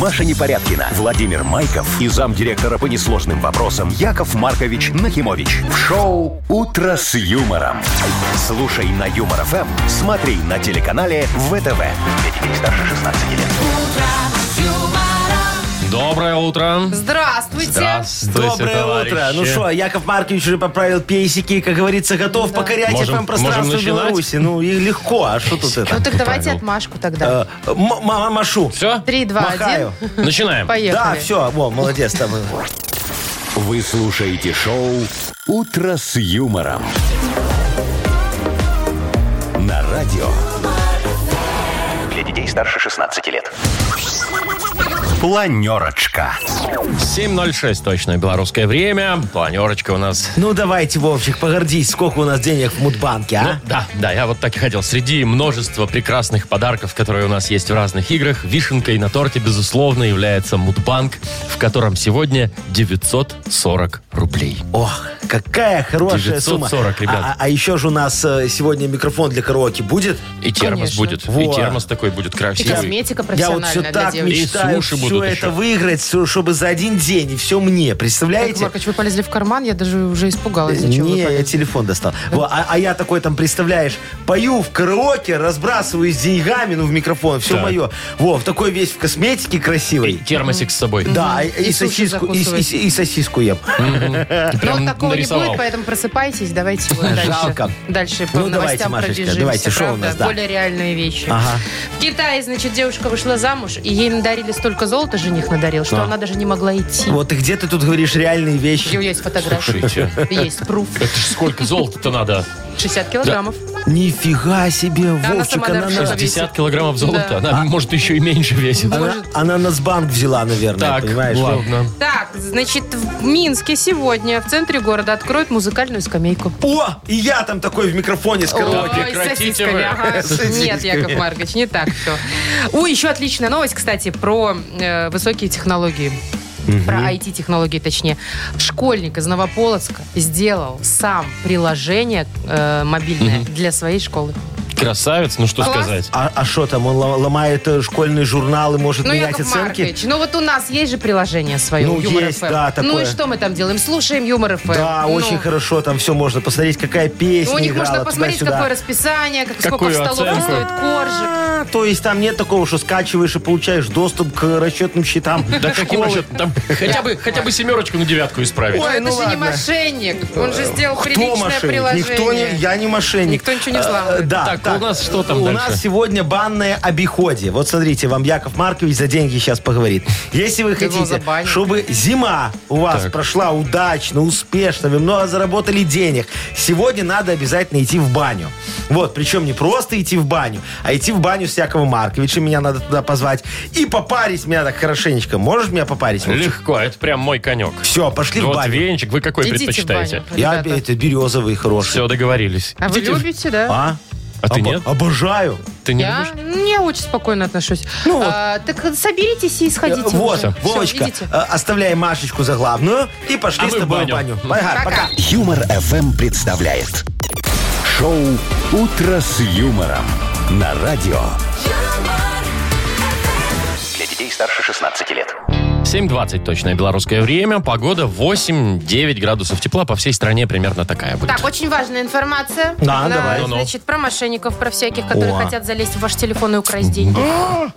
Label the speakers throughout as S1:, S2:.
S1: Маша Непорядкина, Владимир Майков и замдиректора по несложным вопросам Яков Маркович Нахимович. В шоу «Утро с юмором». Слушай на Юмор ФМ, смотри на телеканале ВТВ. Для детей старше 16 лет.
S2: Доброе утро.
S3: Здравствуйте.
S2: Здравствуйте,
S4: Доброе
S2: товарищи.
S4: утро. Ну что, Яков Маркович уже поправил пейсики, как говорится, готов покорять
S2: Можем-
S4: вам пространство
S2: можем начинать?
S4: Беларуси. Ну и легко, а что тут
S3: Ну
S4: это?
S3: так давайте отмашку тогда.
S4: Э, м- Мама Машу.
S2: Все?
S3: Три, два, один.
S4: Махаю.
S2: Начинаем.
S4: Э, Да,
S3: Поехали.
S4: все, во, молодец там.
S1: Вы слушаете шоу «Утро с юмором». На радио. Для детей старше 16 лет. Планерочка.
S2: 7.06 точное белорусское время. Планерочка у нас.
S4: Ну давайте, Вовчик, погордись, сколько у нас денег в Мудбанке,
S2: Ну,
S4: а?
S2: да, да, я вот так и хотел. Среди множества прекрасных подарков, которые у нас есть в разных играх, вишенкой на торте, безусловно, является Мудбанк, в котором сегодня 940 рублей.
S4: Ох, какая хорошая
S2: 940,
S4: сумма.
S2: ребят.
S4: А, а- а еще же у нас э, сегодня микрофон для караоке будет.
S2: И термос
S3: Конечно.
S2: будет.
S4: Во.
S2: И термос такой будет
S3: И
S2: красивый.
S3: косметика
S4: Я вот
S3: профессиональная
S4: все
S3: для
S4: так
S3: девочек.
S2: мечтаю. И
S4: мечтаю
S2: суши
S4: все
S2: будут еще.
S4: это выиграть, всё, чтобы за один день, и все мне,
S3: Яков
S4: представляете?
S3: Маркович, вы полезли в карман, я даже уже испугалась, А зачем
S4: Э, Не,
S3: вы
S4: я
S3: полезли.
S4: телефон достал. Во, а, а я такой там, представляешь, пою в караоке, разбрасываюсь деньгами, ну, в микрофон, все
S2: Так.
S4: мое. Во, в такой весь в косметике красивый.
S2: Термосик с собой.
S4: Да, и,
S3: И
S4: и
S3: суши
S4: сосиску, и,
S3: закусываешь.
S4: и- и сосиску ем.
S3: Но
S2: Прям
S3: вот Ну, такого не
S2: нарисовал.
S3: будет, поэтому просыпайтесь, давайте вот дальше.
S4: Жалко.
S3: Дальше по
S4: Ну, давайте,
S3: новостям
S4: Машечка,
S3: пробежимся,
S4: давайте, шо у
S3: правда?
S4: нас, да.
S3: Более реальные вещи.
S4: Ага.
S3: В Китае, значит, девушка вышла замуж, и ей надарили столько золота, жених надарил, что она даже не могла идти.
S4: А. Вот и где ты тут говоришь реальные
S3: У нее
S4: вещи?
S3: есть фотографии,
S2: Слушайте,
S3: есть пруф.
S2: это ж сколько золота-то надо?
S3: 60 килограммов.
S4: Нифига себе,
S3: Да, она
S4: Вовчик,
S3: сама
S4: она,
S3: дороже
S4: на-
S3: весит.
S2: 60 килограммов золота.
S3: Да.
S2: Она, может, еще и меньше весит.
S4: она- она Нацбанк взяла, наверное,
S2: Так,
S4: понимаешь?
S2: ладно.
S3: Так, значит, в Минске сегодня в центре города откроют музыкальную скамейку.
S4: О, и я там такой в микрофоне с караоке.
S3: Ой, с
S2: прекратите
S3: сосисками,
S2: вы.
S3: ага.
S4: С сосисками.
S3: Нет, Яков Маркович, не так все. О, еще отличная новость, кстати, про э, высокие технологии. Про IT-технологии, точнее. Школьник из Новополоцка сделал сам приложение э, мобильное для своей школы.
S2: Красавец, ну что
S3: Класс.
S2: сказать.
S4: А что там, он ло- ломает э, школьные журналы, может
S3: Ну,
S4: менять
S3: Яков
S4: оценки?
S3: Маркович, ну вот у нас есть же приложение свое,
S4: Ну,
S3: Юмор
S4: есть,
S3: FM.
S4: да, такое.
S3: Ну и что мы там делаем? Слушаем Юмор ФМ.
S4: Да, очень хорошо, там все можно посмотреть, какая песня
S3: Ну. У них
S4: играла,
S3: можно посмотреть,
S4: туда-сюда.
S3: какое расписание, как, сколько в
S2: Какую
S3: столовой
S2: оценку?
S3: стоит коржик.
S4: А, То есть там нет такого, что скачиваешь и получаешь доступ к расчетным счетам.
S2: Да каким
S4: школы.
S2: расчетом? Там хотя бы, хотя бы семерочку на девятку исправить.
S3: Но
S4: Ой,
S3: это
S4: ну
S3: же не
S4: ладно.
S3: мошенник. Он же сделал
S4: Кто
S3: приличное
S4: мошенник?
S3: приложение.
S4: Никто не, я не мошенник.
S3: Никто ничего не
S4: Э,
S3: взламывает.
S4: э, Да.
S2: Так, у нас что там
S4: У
S2: дальше?
S4: нас сегодня банное обиходе. Вот смотрите, вам Яков Маркович за деньги сейчас поговорит. Если вы
S3: Ты его
S4: хотите,
S3: забанил.
S4: чтобы зима у вас
S2: Так.
S4: прошла удачно, успешно, вы много заработали денег, сегодня надо обязательно идти в баню. Вот, причем не просто идти в баню, а идти в баню с Яковом Марковичем, меня надо туда позвать, и попарить меня так хорошенечко. Можешь меня попарить?
S2: Легко, это прям мой конек.
S4: Все, пошли в
S2: Вот
S4: баню.
S2: венчик, вы какой
S3: Идите
S2: предпочитаете?
S3: в баню,
S4: Я
S3: ребята.
S4: это березовый хороший.
S2: Все, договорились.
S3: А вы
S2: Идите в-
S3: любите, да?
S4: А?
S2: А ты
S4: Обо-
S2: нет?
S4: Обожаю.
S2: Ты не
S3: Я?
S2: любишь?
S3: Не очень спокойно отношусь.
S4: Ну вот.
S3: А, так соберитесь и
S4: Э,
S3: сходите.
S4: Вот,
S3: уже. Всё,
S4: Вовочка,
S3: идите.
S4: э, оставляем Машечку за главную и пошли
S2: А
S4: с
S2: мы в
S4: тобой в
S2: баню.
S4: баню. Пока,
S3: Пока.
S4: пока.
S1: Юмор FM представляет шоу Утро с юмором на радио. Для детей старше 16 лет.
S2: 7.20 точное белорусское время. Погода 8-9 градусов тепла. По всей стране примерно такая будет.
S3: Так, очень важная информация.
S4: Да,
S3: На,
S4: давай.
S2: Ну-ну.
S3: Значит, про мошенников, про всяких, которые
S4: О.
S3: хотят залезть в ваш телефон и украсть деньги.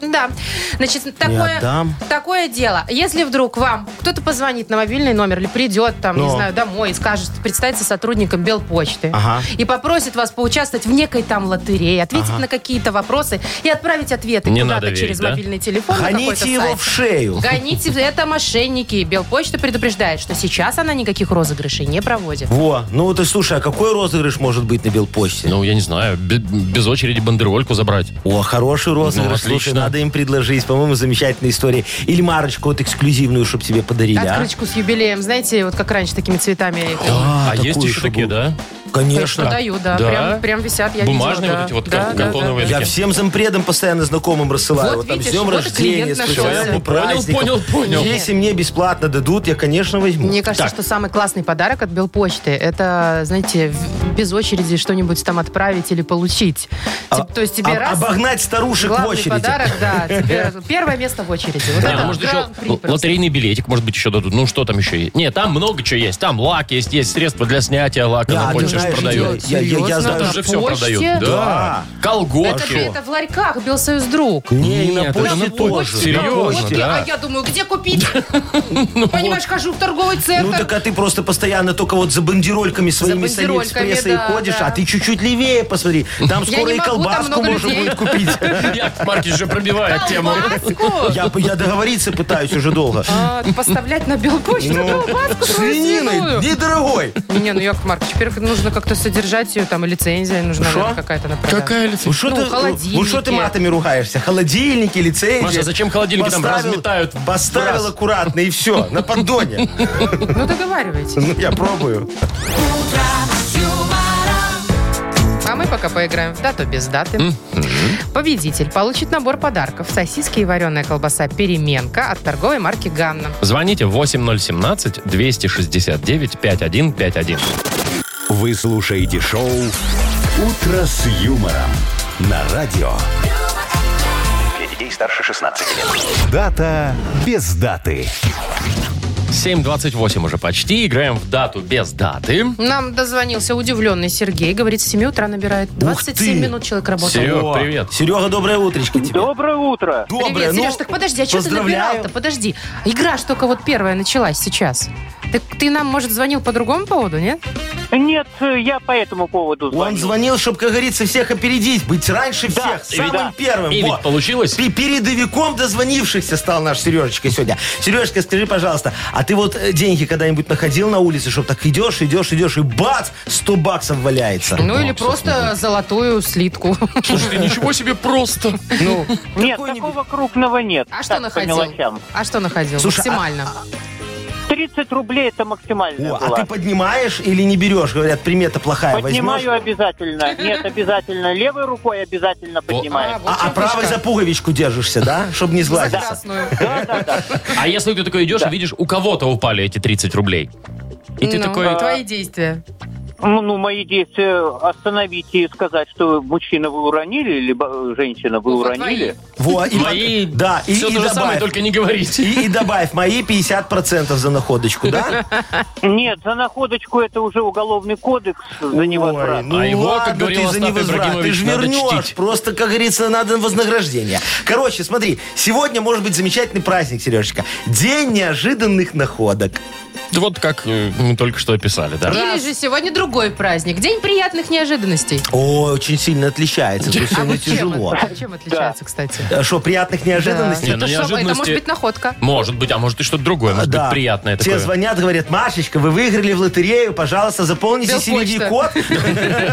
S3: Да. Значит, такое,
S4: отдам.
S3: такое дело. Если вдруг вам кто-то позвонит на мобильный номер или придет, там, не
S4: Ну.
S3: знаю, домой и скажет, представится сотрудником Белпочты
S4: Ага.
S3: и попросит вас поучаствовать в некой там лотерее, ответить на какие-то вопросы и отправить ответы
S2: Не
S3: куда-то
S2: надо верить,
S3: через
S2: да?
S3: мобильный телефон. на какой-то
S4: Гоните его
S3: сайт.
S4: в шею.
S3: Гоните, это мошенники. Белпочта предупреждает, что сейчас она никаких розыгрышей не проводит.
S4: Во, ну ты слушай, а какой розыгрыш может быть на Белпочте?
S2: Ну, я не знаю, бе- без очереди бандерольку забрать.
S4: О, хороший розыгрыш, слушай,
S2: Ну, отлично.
S4: надо им предложить. По-моему, замечательная история. Или Марочку вот эксклюзивную, чтобы тебе подарили, а?
S3: Открыточку с юбилеем, знаете, вот как раньше, такими цветами.
S4: Да,
S2: а
S4: такую,
S2: есть еще
S4: чтобы-
S2: такие, да?
S4: Конечно.
S3: Продаю, да.
S2: Да?
S3: Прям, прям висят, я
S2: Бумажные
S3: видела,
S2: вот эти вот
S3: да.
S2: кар- картоновые
S4: Я всем зампредам постоянно знакомым рассылаю.
S3: Вот
S4: Вот, там
S3: видишь,
S4: с днем
S3: вот и
S4: рождения,
S3: клиент
S4: с поздравляем,
S2: Понял,
S3: нашелся.
S4: праздником.
S2: понял, понял.
S4: Если мне бесплатно дадут, я, конечно, возьму.
S3: Мне кажется,
S2: Так.
S3: что самый классный подарок от Белпочты это, знаете, в- без очереди что-нибудь там отправить или получить.
S2: А,
S3: Тип- Типа, то есть тебе
S4: А, Об-
S3: раз...
S4: Обогнать старушек в
S3: Главный
S4: очереди.
S3: подарок, да. тебе первое место в очереди. Вот
S2: Не,
S3: это
S2: ну, может, еще
S3: гран-при
S2: л-
S3: просто.
S2: лотерейный билетик, может быть, еще дадут. Ну, что там еще есть? Не, там много чего есть. Там лак есть, есть средства для снятия лака.
S4: Да,
S2: на
S4: А ты
S2: почте ж
S4: знаешь,
S2: продают.
S4: я- я- я
S3: Серьезно?
S4: знаю,
S2: Там
S4: на
S2: же все
S3: почте?
S2: продают. Да.
S4: Да.
S3: Это ты
S2: Колготки.
S3: это в ларьках, Белсоюз друг.
S4: Не,
S2: Нет,
S4: на
S2: это
S4: почте
S2: на
S4: Ну, тоже.
S2: почте.
S4: На
S2: Серьезно,
S4: почте.
S2: да.
S3: ну, А я думаю, где купить? Понимаешь, хожу в торговый
S4: Ну
S3: центр.
S4: так а ты просто постоянно только вот за бандерольками своими с
S3: бандерольками,
S4: Алиэкспресса и
S3: да,
S4: ходишь,
S3: да.
S4: а ты чуть-чуть левее посмотри. Там
S3: Я
S4: скоро
S3: не
S4: и
S3: могу, там
S4: колбаску
S3: много
S4: можно
S3: людей.
S4: будет купить.
S2: Яков Маркович же пробивает тему.
S3: Колбаску!
S4: Я, я договориться пытаюсь уже долго.
S3: А, Поставлять на белпочту
S4: Ну,
S3: колбаску
S4: С
S3: свою
S4: свининой,
S3: свиную.
S4: недорогой.
S3: Не, ну, Яков Маркович, во-первых, нужно как-то содержать ее, там, и лицензия нужна
S4: Шо?
S3: наверное, какая-то на продажу.
S4: Ну что
S3: Ну,
S4: ты,
S3: холодильники.
S4: ну, что ты матами ругаешься? Холодильники, лицензии.
S2: Маша, зачем холодильники там разметают в
S4: Поставил
S2: раз?
S4: аккуратно и все, на поддоне.
S3: Ну, договаривайтесь.
S4: Ну, я пробую.
S3: А мы пока поиграем в дату без даты. Победитель получит набор подарков. Сосиски и вареная колбаса «Переменка» от торговой марки «Ганна».
S2: Звоните 8017-269-5151.
S1: Вы слушаете шоу «Утро с юмором» на радио. Для детей старше 16 лет. Дата без даты.
S2: 7.28 уже почти. Играем в дату без даты.
S3: Нам дозвонился удивленный Сергей. Говорит, с 7 утра набирает. 27
S4: ты!
S3: минут человек работал.
S2: Серег,
S4: О,
S2: привет.
S4: Серега, доброе утречко тебе.
S5: Доброе утро.
S3: Привет,
S4: Доброе, ну,
S3: Сереж, так подожди, а что ты
S4: поздравляю.
S3: набирал-то? Подожди. Игра ж только вот первая началась сейчас. Так ты нам, может, звонил по другому поводу, нет?
S5: Нет, я по этому поводу звоню.
S4: Он звонил, чтобы, как говорится, всех опередить, быть раньше всех,
S2: и ведь-
S4: самым
S2: да.
S4: первым.
S2: И ведь
S4: Вот.
S2: получилось?
S4: Пе- Передовиком дозвонившихся стал наш Сережечка сегодня. Сережечка, скажи, пожалуйста, а ты вот э, деньги когда-нибудь находил на улице, чтобы так идешь, идешь, идешь, и бац, 100 баксов валяется?
S3: Ну или просто золотую слитку.
S2: Слушайте, ничего себе просто.
S4: Ну,
S5: Нет,
S4: какой-нибудь-
S5: такого крупного нет.
S3: А что
S5: Так, по
S3: находил?
S5: мелочам.
S3: А что находил?
S4: Слушай, а-
S3: Максимально.
S5: 30 рублей это максимально
S2: Ну,
S4: О,
S5: было.
S4: а ты поднимаешь или не берешь? Говорят, примета плохая,
S5: Поднимаю
S2: а
S4: возьмешь?
S5: обязательно. Нет, обязательно. Левой рукой обязательно поднимаю.
S3: вот
S4: А, а
S3: чем
S4: правой
S3: фишка.
S4: за пуговичку держишься, да? Чтобы
S2: Ну,
S4: не
S3: За
S4: сглазиться.
S3: красную.
S2: А если ты такой идешь и видишь, у кого-то упали эти 30 рублей. И ты
S3: Ну,
S2: такой...
S4: а-
S3: Твои действия.
S5: Ну, ну, мои действия остановить и сказать, что мужчина вы уронили, либо э, женщина вы
S3: Ну, вот
S5: уронили.
S4: Во, и
S2: Мои...
S4: под- Да, и,
S2: Все
S4: и
S2: то же самое,
S4: добавь.
S2: только не говорите.
S4: И, и добавь мои 50% за находочку, да?
S5: Нет, за находочку это уже уголовный кодекс. За него
S4: Ой, ну
S2: А его, как
S4: ладно,
S2: говорил
S4: ты за
S2: Остап
S4: невозврат, ты
S2: Ибрагимович,
S4: же
S2: надо
S4: вернешь.
S2: чтить.
S4: Просто, как говорится, надо вознаграждение. Короче, смотри, сегодня может быть замечательный праздник, Сережечка. День неожиданных находок.
S2: Вот как э, мы только что описали, да?
S3: Или же сегодня другой праздник. День приятных неожиданностей.
S4: О, очень сильно отличается, тут
S3: А
S4: сегодня
S3: вот чем
S4: тяжело.
S3: это? А чем отличается, кстати?
S4: А Что, приятных неожиданностей?
S2: Не,
S3: Да.
S2: ну,
S3: Это шо- это
S2: неожиданности-
S3: может быть находка.
S2: Может быть, а может и что-то другое, может
S4: Да.
S2: быть приятное
S4: Те
S2: такое.
S4: звонят, говорят, Машечка, вы выиграли в лотерею, пожалуйста, заполните
S3: Белпочта.
S4: синевий код.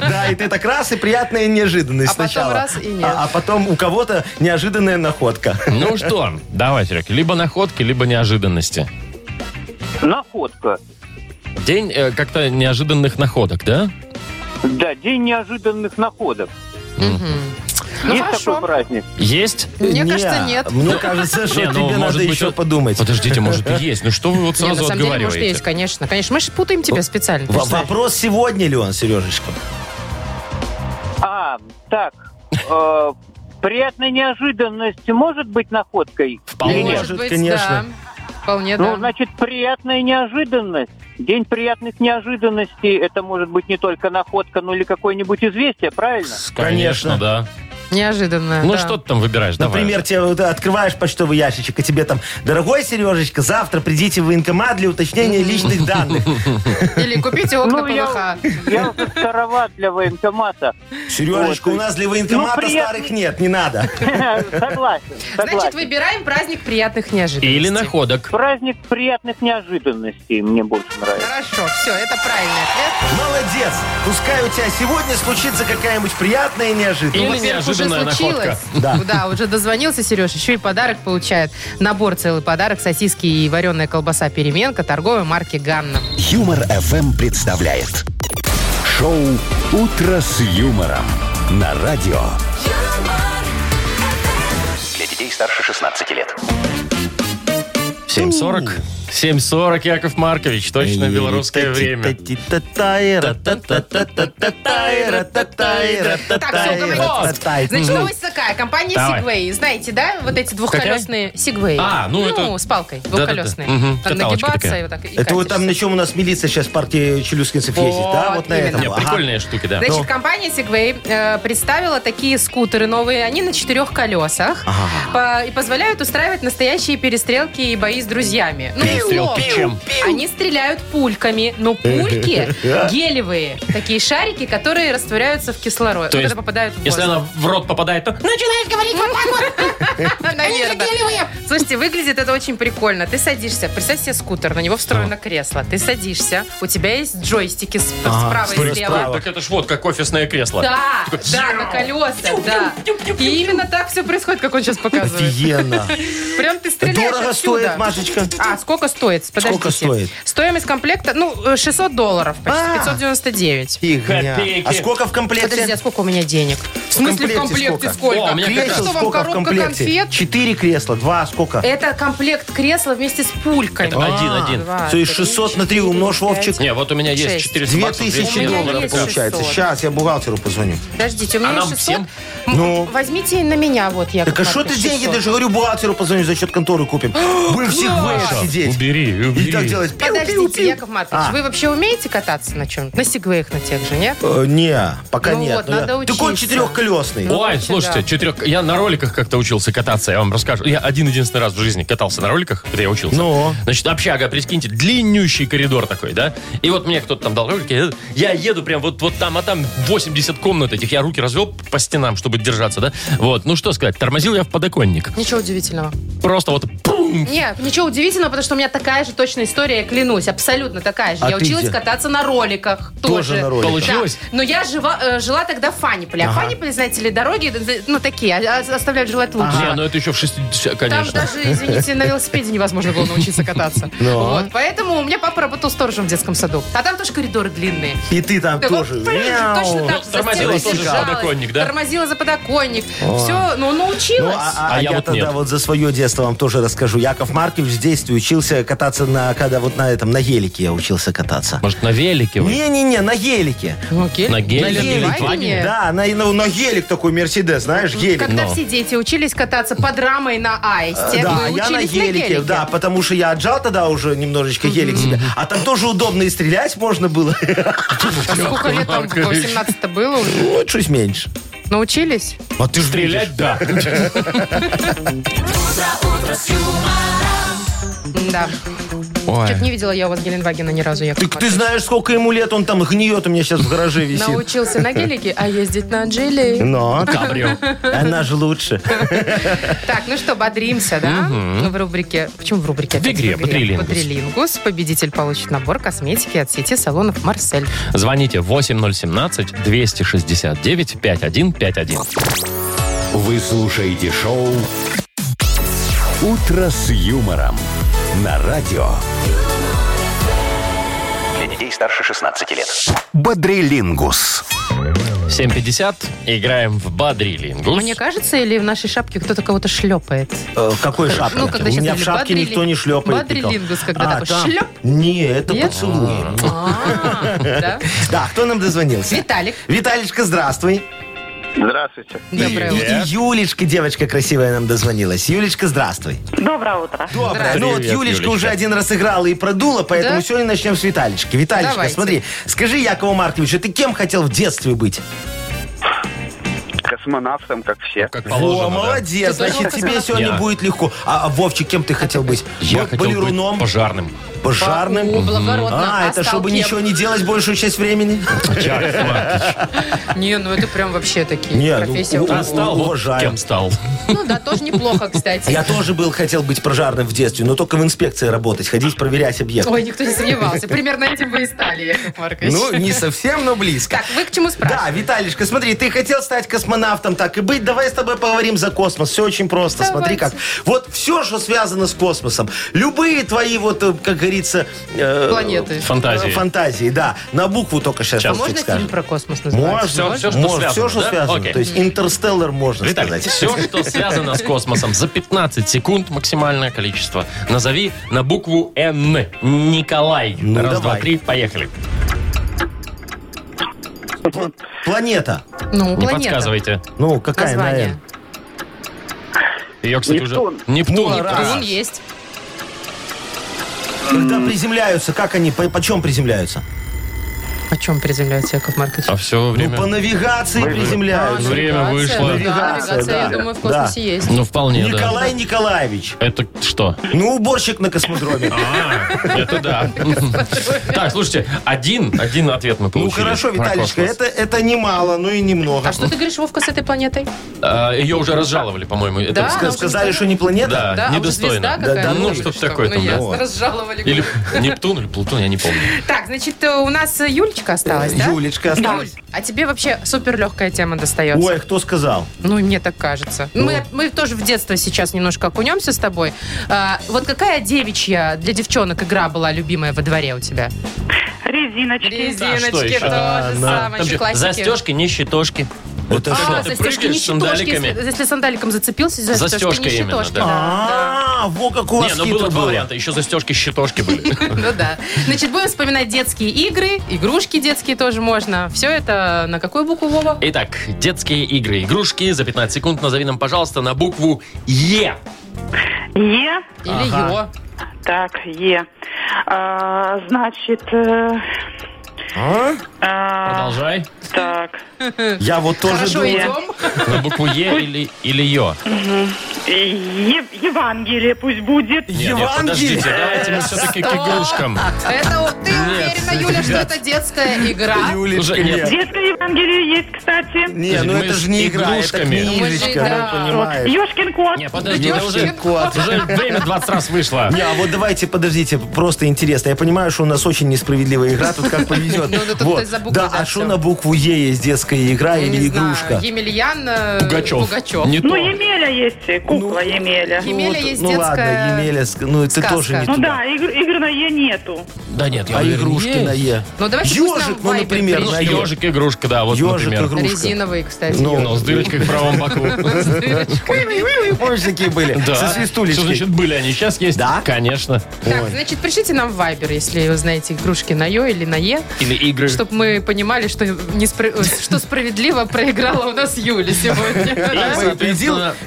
S4: Да, и ты так раз, и приятная неожиданность
S3: А потом
S4: сначала.
S3: раз и нет.
S4: А а потом у кого-то неожиданная находка.
S2: Ну что, давай, Серег, либо находки, либо неожиданности.
S5: Находка.
S2: День э, как-то неожиданных находок, да?
S5: Да, день неожиданных находок.
S3: Ну
S5: Есть
S3: хорошо.
S5: такой праздник.
S2: Есть?
S3: Мне
S4: Не,
S3: кажется, нет.
S4: Мне кажется, что
S2: Не, ну,
S4: тебе надо
S2: может быть,
S4: еще
S2: вот-
S4: подумать.
S2: Подождите, может и есть. Ну что вы вот
S3: Не,
S2: сразу
S3: на самом деле, может,
S2: отговариваете?
S3: есть, конечно. Конечно, мы же путаем
S4: Ну,
S3: тебя специально. ты
S4: В-
S3: ж знаешь.
S4: Вопрос, сегодня ли он, Сережечка?
S5: А, так. э, Приятная неожиданность может быть находкой?
S2: Вполне.
S5: Или нет?
S4: Может, конечно.
S3: да. Вполне,
S5: Ну,
S3: да.
S5: значит, приятная неожиданность. День приятных неожиданностей. Это может быть не только находка, но или какое-нибудь известие, правильно?
S2: Конечно,
S4: Конечно.
S2: да.
S3: Неожиданно.
S2: Ну
S3: да.
S2: что ты там выбираешь? Давай.
S4: Например, тебе вот открываешь почтовый ящичек, и тебе там, дорогой Сережечка, завтра придите в военкомат для уточнения личных данных.
S3: Или купите окна
S5: ну, я,
S3: ПВХ.
S5: я уже староват для военкомата.
S4: Сережечка,
S5: Вот,
S4: у нас для военкомата
S5: ну, приятный-
S4: старых нет, не надо.
S5: Согласен,
S3: Значит,
S5: согласен.
S3: выбираем праздник приятных неожиданностей.
S2: Или находок.
S5: Праздник приятных неожиданностей мне больше нравится.
S3: Хорошо, все, это правильный ответ.
S4: Молодец! Пускай у тебя сегодня случится какая-нибудь приятная неожиданность.
S2: Или
S3: во-первых,
S2: неожиданная
S3: уже случилось.
S4: находка.
S3: Да, уже дозвонился Сереж, еще и подарок получает. Набор целый подарок, сосиски и вареная колбаса «Переменка» торговой марки «Ганна».
S1: Юмор FM представляет шоу Утро с юмором на радио.
S6: Для детей старше 16 лет.
S2: 7.40. 7.40, Яков Маркович, точно белорусское время.
S3: Ну Так, все, говорите. Значит,
S4: Мгм.
S3: новость такая. Компания
S2: Давай.
S3: Segway. Знаете, да? Вот эти двухколесные Segway.
S2: А, ну это-
S3: с палкой
S2: да-да-да.
S3: двухколесные.
S2: Мгм,
S3: Надо
S2: каталочка
S3: нагибаться
S2: такая.
S3: и вот так и
S4: Это вот там
S3: катишься.
S4: на чем у нас милиция сейчас в парке челюскинцев ездит, да?
S3: Вот
S4: Вот на
S3: именно.
S4: этом.
S2: Не,
S4: Ага.
S2: прикольные штуки, да.
S4: Ну.
S3: Значит, компания Segway э, представила такие скутеры новые. Они на четырех колесах. По- и позволяют устраивать настоящие перестрелки и бои с друзьями. Ну,
S2: Перестрелки
S3: ловко.
S2: чем?
S3: Они стреляют пульками, но пульки гелевые. Такие шарики, которые растворяются в кислороде.
S2: То
S3: когда
S2: есть,
S3: попадают в
S2: Если
S3: воздух.
S2: она в рот попадает, то...
S6: Начинаешь говорить вот так вот.
S3: Наверное.
S6: Гелевые.
S3: Слушайте, выглядит это очень прикольно. Ты садишься, представь себе скутер, на него встроено кресло. Ты садишься, у тебя есть джойстики с- справа и слева.
S2: Так это ж вот как офисное кресло.
S4: Типа,
S3: Да, да, на колесах, да. И именно так все происходит, как он сейчас показывает.
S4: Офигенно.
S3: Прям ты стреляешь
S4: Дорого
S3: отсюда.
S4: стоит, Машечка.
S3: А, сколько стоит? Подождите.
S4: Сколько стоит?
S3: Стоимость комплекта, ну, э, 600 долларов почти,
S4: А.
S3: 599.
S4: Фигня.
S2: Копейки.
S4: А сколько в
S3: Подожди, а
S4: комплекте?
S3: сколько у меня денег? В смысле в
S4: комплекте
S3: комплекте
S4: сколько?
S2: О,
S3: сколько?
S2: у меня как
S3: Это
S2: раз
S3: Что
S4: Кресел
S3: вам,
S4: сколько в
S3: коробка
S4: комплекте?
S3: конфет?
S4: Четыре кресла. Два сколько?
S3: Это комплект кресла вместе с пульками. А,
S2: Это один, один.
S3: Два,
S4: То есть
S3: три,
S4: 600 на 3
S3: четыре,
S4: умножь,
S3: пять.
S4: Вовчик.
S2: Не, вот у меня есть
S3: Шесть.
S2: 400
S4: Две
S2: баксов.
S4: тысячи
S3: У меня
S4: долларов
S3: есть
S4: получается.
S3: 600.
S4: Сейчас я бухгалтеру позвоню.
S3: Подождите, у меня
S2: А нам
S3: 600.
S2: всем?
S3: М,
S4: Ну.
S3: Возьмите на меня вот, я.
S4: Так а что ты деньги? Даже говорю, бухгалтеру позвоню, за счет конторы купим. Будем всех
S2: Маша,
S4: больше сидеть.
S2: Убери, убери.
S4: И так делать. Пиу, пиу,
S3: Подождите,
S4: пиу.
S3: Яков Маркович,
S4: А.
S3: вы вообще умеете кататься на чем? На сегвеях на тех же, нет?
S4: Э, Не, пока
S3: Ну
S4: нет.
S3: вот,
S4: Ну я-
S3: надо
S4: Так он
S3: учиться.
S4: четырехколесный.
S3: Ну,
S2: Ой,
S3: вообще,
S2: слушайте,
S3: да.
S2: четырех... Я на роликах как-то учился кататься, я вам расскажу. Я один-единственный раз в жизни катался на роликах, когда я учился.
S4: Ну.
S2: Значит, общага, прикиньте, длиннющий коридор такой, да? И вот мне кто-то там дал ролики, я- я еду прям вот, вот там, а там 80 комнат этих, я руки развел по стенам, чтобы держаться, да? Вот, ну что сказать, тормозил я в подоконник.
S3: Ничего удивительного.
S2: Просто вот пум,
S3: Нет, ничего удивительного, потому что у меня такая же точная история, я клянусь, абсолютно такая же.
S4: А
S3: я
S4: ты
S3: училась
S4: где?
S3: кататься на роликах.
S4: Тоже
S3: Тоже,
S4: на роликах.
S3: Да.
S2: Получилось?
S3: Но я жива- э, жила тогда в Фаниполе. А
S4: Ага.
S3: Фаниполе, знаете ли, дороги, э, ну, такие, а- а- оставляют желать лучшего.
S2: Не, ну это еще в 60,
S3: Там
S2: конечно.
S3: даже, извините, на велосипеде невозможно было научиться кататься.
S4: Ну.
S3: Вот, поэтому у меня папа работал сторожем в детском саду. А там тоже коридоры длинные.
S4: И ты там
S3: Да
S4: тоже.
S3: вот, блин, Точно
S4: мяу.
S3: так.
S2: Ну,
S3: же
S2: тормозила
S3: застеночно
S2: тоже за
S3: держалась,
S2: подоконник, да?
S3: Тормозила за подоконник. Все, ну,
S4: Ну,
S3: научилась.
S4: а, а-
S2: А
S4: а
S2: я
S4: я,
S2: вот
S4: тогда
S2: нет.
S4: вот за свое детство вам тоже расскажу. Яков Маркович в детстве учился кататься на, когда вот на этом, на гелике я учился кататься.
S2: Может, на велике вы?
S4: Не-не-не, на гелике.
S3: Ну, гель-
S2: На гель-
S3: на
S2: гель-
S3: гель-
S4: Да, на, на- на гелик такой Мерседес, знаешь, гелик.
S3: Когда
S2: Но.
S3: все дети учились кататься под рамой на аисте,
S4: Да, а
S3: вы
S4: я на
S3: учились
S4: гелике,
S3: гелике?
S4: да, потому что я отжал тогда уже немножечко гелик себе. А там тоже удобно и стрелять можно было.
S3: А сколько лет там,
S2: Маркович.
S3: 18 было уже?
S4: Ну, чуть меньше.
S3: Научились?
S4: А ты ж
S2: Стрелять, да.
S3: Да. Что-то не видела я у вас Геленвагена ни разу. Яков
S4: Так ты
S3: Маркович.
S4: знаешь, сколько ему лет, он там гниет у меня сейчас в гараже висит.
S3: Научился на гелике, а ездить на джили.
S4: Но
S2: Кабрио.
S4: она же лучше.
S3: Так, ну что, бодримся, да? Ну, В рубрике... Почему в рубрике?
S2: В
S3: Опять
S2: игре «Бодрилингус».
S3: «Бодрилингус». Победитель получит набор косметики от сети салонов «Марсель».
S2: Звоните 8017-269-5151.
S1: Вы слушаете шоу «Утро с юмором» на радио.
S7: Для детей старше 16 лет.
S1: Бодрилингус.
S2: 7.50. Играем в Бадрилингус.
S3: Мне кажется, или в нашей шапке кто-то кого-то шлепает?
S4: Э, В какой шапке?
S3: Ну, когда
S4: У
S3: сейчас
S4: меня в
S3: говорили,
S4: шапке
S3: бодрили-
S4: никто не шлепает. никого.
S3: бодрилингус, когда такой
S4: там-
S3: шлеп.
S4: Не, это
S3: Нет?
S4: поцелуй.
S3: А, да?
S4: Да, кто нам дозвонился?
S3: Виталик,
S4: Виталичка, здравствуй.
S5: Здравствуйте.
S3: доброе утро.
S4: И Юлечка, девочка красивая, нам дозвонилась. Юлечка, здравствуй.
S8: Доброе утро.
S4: Доброе. Ну вот
S2: Привет,
S4: Юлечка
S2: Юлечка.
S4: уже один раз играла и продула, поэтому
S3: Да?
S4: сегодня начнем с Виталички. Виталичка,
S3: Давайте.
S4: смотри, скажи Якову Марковичу, ты кем хотел в детстве быть?
S8: Космонавтом, как все.
S2: Как
S4: О,
S2: положено, да.
S4: молодец,
S3: Ты тоже
S4: значит тебе
S3: космонавт?
S4: сегодня
S2: Я.
S4: будет легко. А, а, Вовчик, кем ты хотел быть?
S2: Я
S4: Бо-
S2: хотел быть
S4: Балеруном?
S2: пожарным.
S4: Пожарным?
S3: О, благородно.
S4: А, это
S3: стал
S4: чтобы
S3: кем?
S4: ничего не делать большую часть времени?
S3: Не, ну это прям вообще такие
S4: Не, ну,
S3: профессии.
S4: у-
S2: А
S4: у-
S3: Ну,
S2: стал вот
S4: уважаю.
S2: кем стал.
S3: да, тоже неплохо, кстати.
S4: Я тоже был, хотел быть пожарным в детстве, но только в инспекции работать, ходить, проверять объект.
S3: Ой, никто не сомневался. Примерно этим вы и стали, Яков Маркович.
S4: Ну, не совсем, но близко.
S3: Так, вы к чему
S4: Да,
S3: спрашиваете?
S4: Виталишка, смотри, ты хотел стать космонавтом, так и быть. Давай с тобой поговорим за космос. Все очень просто. Смотри как.
S3: Давайте.
S4: Вот все, что связано с космосом. Любые твои, вот, э, как говорится... э,
S3: Планеты.
S2: Фантазии.
S4: э, Фантазии, да. На букву только сейчас.
S3: А
S4: Вовчик
S3: можно фильм
S4: скажет.
S3: про космос называть?
S4: Можно.
S2: Всё, всё, что
S4: Можно. Всё,
S2: связано,
S4: что
S2: да?
S4: связано.
S2: Окей.
S4: То есть интерстеллар можно
S2: Итак,
S4: сказать.
S2: все, что связано с космосом, за 15 секунд максимальное количество. Назови на букву Н. Николай.
S4: Ну,
S2: Раз, два,
S4: давай.
S2: три, поехали.
S4: Планета.
S3: Ну,
S2: Не
S3: планета.
S2: подсказывайте.
S4: Ну, какая на
S3: Название.
S4: «Н»?
S2: Ее, кстати,
S8: Нептун.
S2: уже... Нептун.
S4: Ну, а раз.
S3: Нептун есть.
S4: Когда приземляются, как они, по, по чем приземляются?
S3: О чем приземляется Яков Маркович?
S2: А все время... Ну,
S4: Ну, по навигации приземляются.
S2: Время вышло.
S4: Навигация,
S3: Навигация, я
S4: да.
S3: думаю, в космосе есть.
S2: Ну, вполне, да.
S4: Николай Николаевич.
S2: Это что?
S4: Ну, уборщик на космодроме.
S2: А, это да. Так, слушайте, один, один ответ мы
S4: Ну
S2: получили.
S4: хорошо,
S2: про
S4: Виталичка,
S2: космос.
S4: это, это немало, ну и немного.
S3: А что ты говоришь, Вовка, с этой планетой?
S2: А, Ее уже разжаловали, по-моему. Это ск-
S3: Да? она
S4: Ска-
S3: уже
S4: Сказали,
S3: не
S4: что не планета?
S2: Да.
S3: Да, а уже
S2: недостойно.
S3: звезда
S2: Да,
S3: какая-то?
S4: да, ну,
S3: может,
S2: что-то такое там,
S3: Ну,
S2: да.
S3: ясно,
S4: Вот.
S3: разжаловали.
S2: Или Нептун, или Плутон, я не помню.
S3: Так, значит, э, у нас э, Юлечка осталась, да?
S4: Юлечка осталась.
S3: Юль, а тебе вообще супер легкая тема достается.
S4: Ой, а кто сказал?
S3: Ну, и мне так кажется.
S2: Ну.
S3: Мы, мы тоже в детство сейчас немножко окунемся с тобой. А, вот какая девичья для девчонок игра была любимая во дворе у тебя?
S8: Резиночки.
S2: А, что
S3: Резиночки,
S2: еще?
S3: то же самое,
S2: Там
S3: еще
S2: же
S3: классики.
S2: застежки, не щитошки.
S4: Это
S2: что?
S3: А,
S2: ты
S3: застежки,
S2: прыгаешь
S3: не
S2: с
S3: щитошки.
S2: сандаликами?
S3: Если, если сандаликом зацепился, застежки,
S2: Застежка
S3: не
S2: именно,
S3: щитошки.
S2: да.
S4: А, во как у
S2: Не,
S4: вас
S2: ну
S4: хитро
S2: было два
S4: было.
S2: варианта. Еще застежки, щитошки были.
S3: Ну да. Значит, будем вспоминать детские игры, игрушки детские тоже можно. Все это на какую букву, Вова?
S2: Итак, детские игры, игрушки. За 15 секунд назови нам, пожалуйста, на букву Е.
S8: Е.
S3: Или
S4: Ага.
S3: ё?
S8: Так, Е. А, значит... э,
S4: А?
S8: а,
S2: Продолжай.
S8: Так.
S4: Я вот тоже
S3: Хорошо,
S4: думал.
S3: идем.
S2: На букву Е или, или Ё.
S8: Е- Евангелие пусть будет.
S2: Нет, нет, подождите,
S4: Евангелие.
S2: давайте мы все-таки к игрушкам.
S3: Это вот ты уверена, Юля, что это детская игра?
S4: Юлечка,
S2: Уже нет.
S4: нет.
S8: Детское Евангелие есть, кстати.
S4: Не, ну
S2: Мы
S4: это
S2: с
S4: же не игра, это
S2: игрушками.
S3: Мы же,
S4: книжечка,
S3: да.
S4: ну понимаешь.
S8: Ёшкин кот.
S2: Не, подожди, это уже,
S3: Ёшкин
S4: кот.
S2: уже время 20 раз вышло.
S4: Не, а вот давайте, подождите, просто интересно. Я понимаю, что у нас очень несправедливая игра, тут как повезет.
S3: Ну, да тут
S4: Вот.
S3: ты за буквы,
S4: Да,
S3: да,
S4: а что
S3: всё.
S4: на букву Е есть детская игра или
S3: Не знаю,
S4: игрушка?
S3: Емельян э,
S2: Пугачев.
S3: Пугачев.
S2: Не
S8: Ну,
S2: то.
S8: Емеля есть, э, кукла Емеля.
S3: Е- Емеля есть
S4: ну,
S3: детская
S4: ладно, Емеля, ск- ну это
S3: сказка.
S4: тоже не
S8: Ну
S4: туда.
S8: да, игр, игр на Е нету.
S2: Да нет, я
S4: А
S2: уверен,
S4: игрушки на
S2: есть.
S4: Е.
S3: Ну, давайте пусть нам
S4: Ежик, ну,
S3: Viber
S4: например,
S2: Ну,
S4: на Е.
S2: Ежик, игрушка, да, вот,
S4: Ёжик,
S2: например.
S4: игрушка.
S3: Резиновые, кстати.
S4: Ну,
S2: Но с дырочкой в правом боку.
S4: Помнишь, такие были?
S2: Да.
S4: Со свистулечкой.
S2: Что значит были они? Сейчас есть?
S4: Да?
S2: Конечно.
S3: Так, значит, пишите нам в Viber, если вы знаете игрушки на Ё или на Е,
S2: Или игры.
S3: чтобы мы понимали, что, не спра- что справедливо проиграла у нас Юля
S2: И,
S3: сегодня.
S2: соответственно,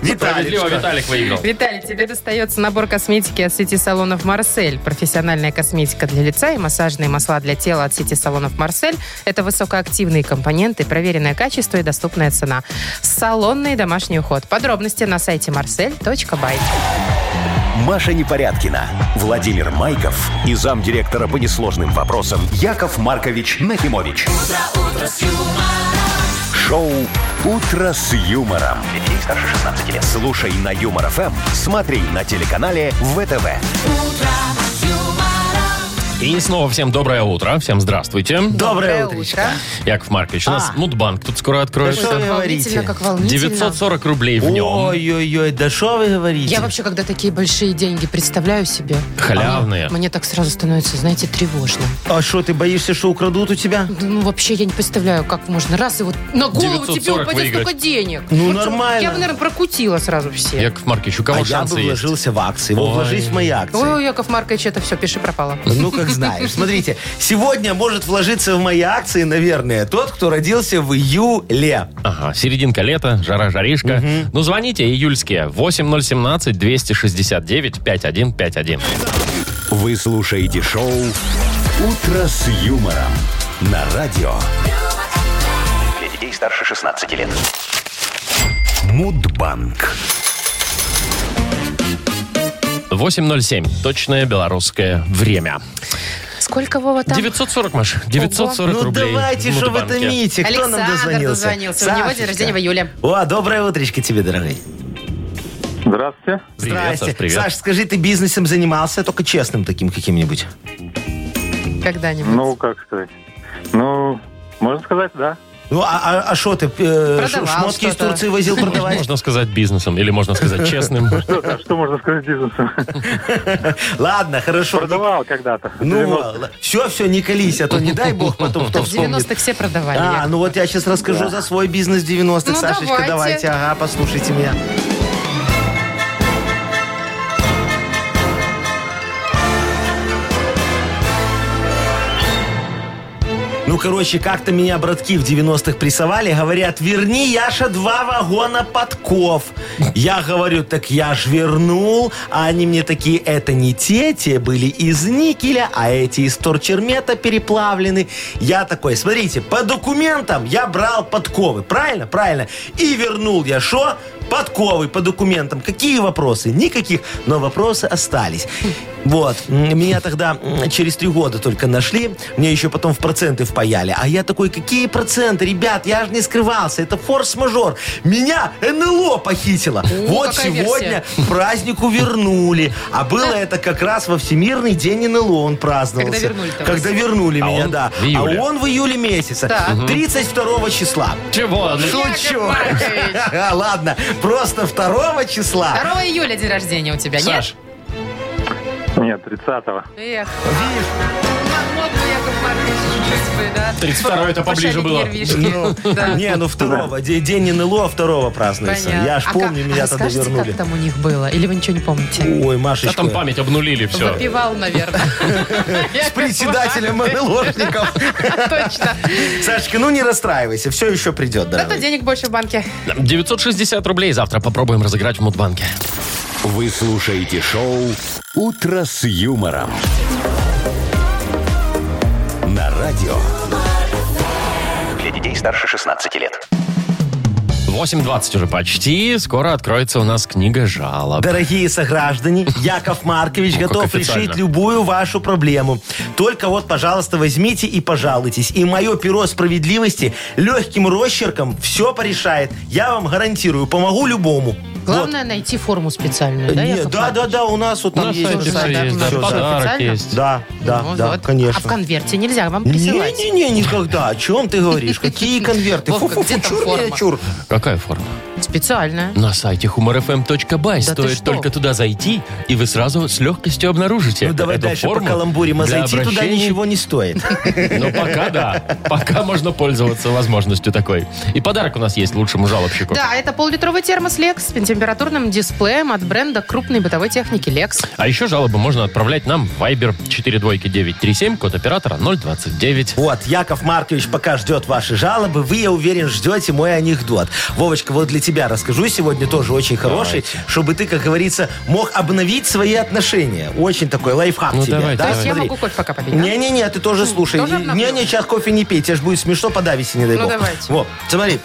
S2: ну,
S4: Победил
S2: справедливо
S4: Виталичка.
S2: Виталик выиграл.
S3: Виталий, тебе достается набор косметики от сети салонов «Марсель». Профессиональная косметика для лица и массажные масла для тела от сети салонов «Марсель» – это высокоактивные компоненты, проверенное качество и доступная цена. Салонный и домашний уход. Подробности на сайте marsel.by.
S1: Маша Непорядкина, Владимир Майков и замдиректора по несложным вопросам Яков Маркович Нахимович. Шоу Утро с юмором. Для детей старше 16 лет. Слушай на юмор ФМ, смотри на телеканале ВТВ.
S2: И снова всем доброе утро. Всем здравствуйте.
S4: Доброе утречко.
S2: Яков Маркович, у нас
S4: А.
S2: Мудбанк тут скоро
S4: Да
S2: откроется.
S4: что
S3: Волнительно,
S4: говорите?
S3: как волнительно.
S2: 940 рублей в нем.
S4: Ой-ой-ой, да что вы говорите?
S3: Я вообще, когда такие большие деньги представляю себе,
S2: Халявные.
S3: мне так сразу становится, знаете, тревожно.
S4: А что, ты боишься, что украдут у тебя?
S3: Ну, вообще, я не представляю, как можно раз и вот на голову тебе
S2: 940
S3: упадет столько
S2: выиграть.
S3: денег.
S4: Ну,
S3: Причем
S4: нормально.
S3: Я бы, наверное, прокутила сразу все.
S2: Яков Маркович, у кого
S4: А я
S2: шансы
S4: бы
S2: есть?
S4: вложился в акции. Вот
S2: Ой.
S4: вложись в мои акции.
S3: Ой, Яков Маркович, это все, пиши пропало.
S4: Ну, как знаешь. Смотрите, сегодня может вложиться в мои акции, наверное, тот, кто родился в июле.
S2: Ага, серединка лета, жара-жаришка. Ну, звоните, июльские. 8017-269-5151.
S1: Вы слушаете шоу Утро с юмором на радио
S7: Для детей старше 16 лет.
S1: Мудбанк.
S2: 8.07. Точное белорусское время.
S3: Сколько, Вова, там?
S2: 940, Маша. 940
S4: Ну,
S2: рублей.
S4: давайте,
S2: в
S4: что вы
S2: Мудбанке.
S4: томите? Кто
S3: Александр
S4: нам дозвонился?
S3: дозвонился. У него день
S4: Сашечка.
S3: рождения в июле.
S4: О, доброе утречко тебе, дорогой.
S5: Здравствуйте.
S2: Привет,
S4: Здрасте.
S2: Саш, привет.
S4: Саш, скажи, ты бизнесом занимался, только честным таким каким-нибудь?
S3: Когда-нибудь.
S4: Ну,
S5: Ну, как сказать? Ну, можно сказать, да.
S4: Ну, а что ты, э, ш-
S3: Продавал
S4: шмотки из
S3: что-то.
S4: Турции возил продавать?
S2: Можно сказать бизнесом, или можно сказать честным.
S6: Что, что можно сказать бизнесу?
S4: Ладно, хорошо.
S6: Продавал когда-то.
S4: Ну, все, все, не колись, а то не дай бог потом кто
S3: В
S4: вспомнит.
S3: 90-х все продавали.
S4: А, ну вот я сейчас расскажу за свой бизнес 90-х.
S3: Ну,
S4: Сашечка, давайте.
S3: давайте.
S4: ага, послушайте меня. Ну, короче, как-то меня братки в 90-х прессовали, говорят, верни, Яша, два вагона подков. Я говорю, так я ж вернул. А они мне такие, это не те, те были из никеля, а эти из торчермета переплавлены. Я такой, смотрите, по документам я брал подковы, правильно? Правильно. И вернул я что? Подковы по документам. Какие вопросы? Никаких. Но вопросы остались. Вот. М, Меня тогда м, через три года только нашли. Мне еще потом в проценты впаяли. А я такой, какие проценты? Ребят, я же не скрывался. Это форс-мажор. Меня НЛО похитило. вот
S3: какая
S4: сегодня празднику вернули. А было это как раз во Всемирный день НЛО он праздновался.
S3: Когда вернули-то вас?
S4: Когда вернули
S2: А
S4: меня,
S2: он
S4: да.
S2: в июле.
S4: А он в июле месяца.
S3: Так.
S4: 32 числа.
S2: Чего? Ну,
S4: Шучу. Ага, А, Ладно, просто 2 числа.
S3: 2 июля день рождения у тебя,
S2: Саш,
S6: Нет, 30-го.
S3: нет? Эх. Мог бы Яков Маркович чуть-чуть бы, да.
S2: 32-й это поближе
S3: Пошарить
S2: было.
S3: нервишки. Да.
S4: Не, ну второго. Де- День НЛО а второго празднуется.
S3: Понятно.
S4: Я ж
S3: А
S4: помню,
S3: как-
S4: меня
S3: а
S4: тогда
S3: расскажете,
S4: вернули.
S3: как там у них было? Или вы ничего не помните?
S4: Ой,
S2: да там
S4: Машечка.
S2: память обнулили, все.
S3: Попивал, наверное.
S4: С председателем НЛОшников.
S3: Точно.
S4: Сашечка, ну не расстраивайся, все еще придет,
S3: Зато
S4: дорогой.
S3: денег больше в банке.
S2: 960 рублей завтра попробуем разыграть в Мудбанке.
S1: Вы слушаете шоу «Утро с юмором». На радио.
S7: Для детей старше 16 лет.
S2: 8.20 уже почти. Скоро откроется у нас книга жалоб.
S4: Дорогие сограждане, Яков Маркович
S2: Ну, как
S4: готов
S2: официально.
S4: решить любую вашу проблему. Только вот, пожалуйста, возьмите и пожалуйтесь. И мое перо справедливости легким росчерком все порешает. Я вам гарантирую, помогу любому. Вот.
S3: Главное найти форму специальную, да,
S4: Э, Не,
S3: Яков
S4: да, да,
S3: Маркович?
S4: да, у нас вот там
S2: На
S4: есть.
S2: сайте
S4: всё,
S2: все
S4: да,
S2: есть,
S4: всё,
S2: да,
S4: да.
S2: подарок
S3: Официально?
S2: есть.
S4: Да, да,
S3: Ну
S4: да,
S3: вот. А в
S4: конечно.
S3: конверте нельзя вам присылать?
S4: Не-не-не, никогда. О чем ты говоришь? Какие конверты?
S3: Вовка,
S4: Фу-фу-фу,
S3: где там
S4: чур
S3: форма?
S4: меня, чур.
S2: Какая форма?
S3: Специальная.
S4: Ну.
S2: На сайте humorfm.by
S3: Да ты
S2: стоит
S3: что?
S2: только туда зайти, и вы сразу с легкостью обнаружите.
S4: Ну давай
S2: эту
S4: дальше по
S2: форму
S4: каламбурим, а
S2: для
S4: зайти туда
S2: обращений.
S4: ничего не стоит.
S2: Ну пока да. Пока можно пользоваться возможностью такой. И подарок у нас есть лучшему жалобщику.
S3: Да, это полулитровый термос Lex с температурным дисплеем от бренда крупной бытовой техники Lex.
S2: А еще жалобы можно отправлять нам в Viber 42937, код оператора 029.
S4: Вот, Яков Маркович пока ждет ваши жалобы. Вы, я уверен, ждете мой анекдот. Вовочка, вот для тебя расскажу сегодня тоже очень хороший, чтобы ты, как говорится, мог обновить свои отношения. Очень такой лайфхак
S2: Ну,
S4: тебе.
S2: давай,
S4: да,
S2: давай.
S3: То есть я
S4: смотри.
S3: могу кофе пока попить, да?
S4: Не-не-не, ты тоже слушай.
S3: тоже обновлю?
S4: Не-не, сейчас кофе не пей, тебе же будет смешно подавить, не дай
S3: Ну,
S4: бог.
S3: давайте.
S4: Во, смотри.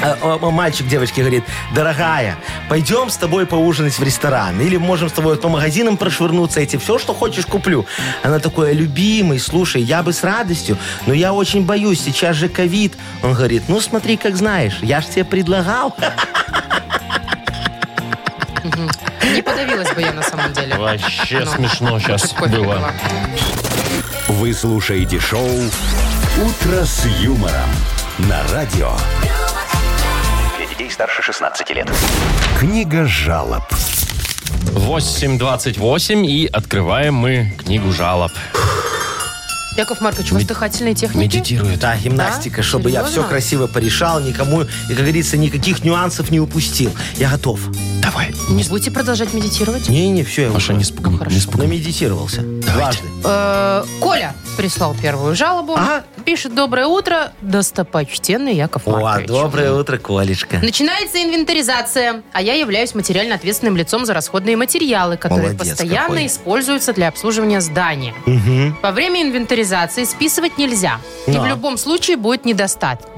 S4: а, а, а, Мальчик девочке говорит, дорогая, пойдем с тобой поужинать в ресторан. Или можем с тобой по магазинам прошвырнуться, я тебе все, что хочешь, куплю. Она такое, любимый, слушай, я бы с радостью, но я очень боюсь, сейчас же ковид. Он говорит, ну смотри, как знаешь, я ж тебе предлагал.
S3: Не подавилась бы я на самом деле.
S2: Вообще
S3: Ну,
S2: смешно сейчас
S3: чтоб кофе
S2: было.
S3: пила.
S1: Вы слушаете шоу «Утро с юмором». На радио.
S7: Для детей старше 16 лет.
S1: Книга жалоб.
S2: 8.28 и открываем мы книгу жалоб.
S3: Хм. Яков Маркович, у вас дыхательные техники?
S2: Медитирует.
S4: Да, гимнастика,
S3: Да?
S4: чтобы я
S3: Серьезно?
S4: все красиво порешал, никому, и, как говорится, никаких нюансов не упустил. Я готов.
S2: Давай, не с-
S3: Будете продолжать медитировать?
S4: Не-не, все, я
S2: Маша,
S4: уже
S2: не спугни,
S3: Ну, хорошо.
S2: не спугни.
S4: намедитировался. Дважды.
S3: Э, Коля прислал первую жалобу.
S4: Ага.
S3: Пишет «Доброе утро, достопочтенный Яков
S4: О, а
S3: Маркович».
S4: доброе утро, Колечка.
S3: Начинается инвентаризация, а я являюсь материально ответственным лицом за расходные материалы, которые
S4: Молодец
S3: постоянно
S4: какой.
S3: используются для обслуживания здания.
S4: Мгм.
S3: Во время инвентаризации списывать нельзя. И
S4: Да.
S3: в любом случае будет недостаток.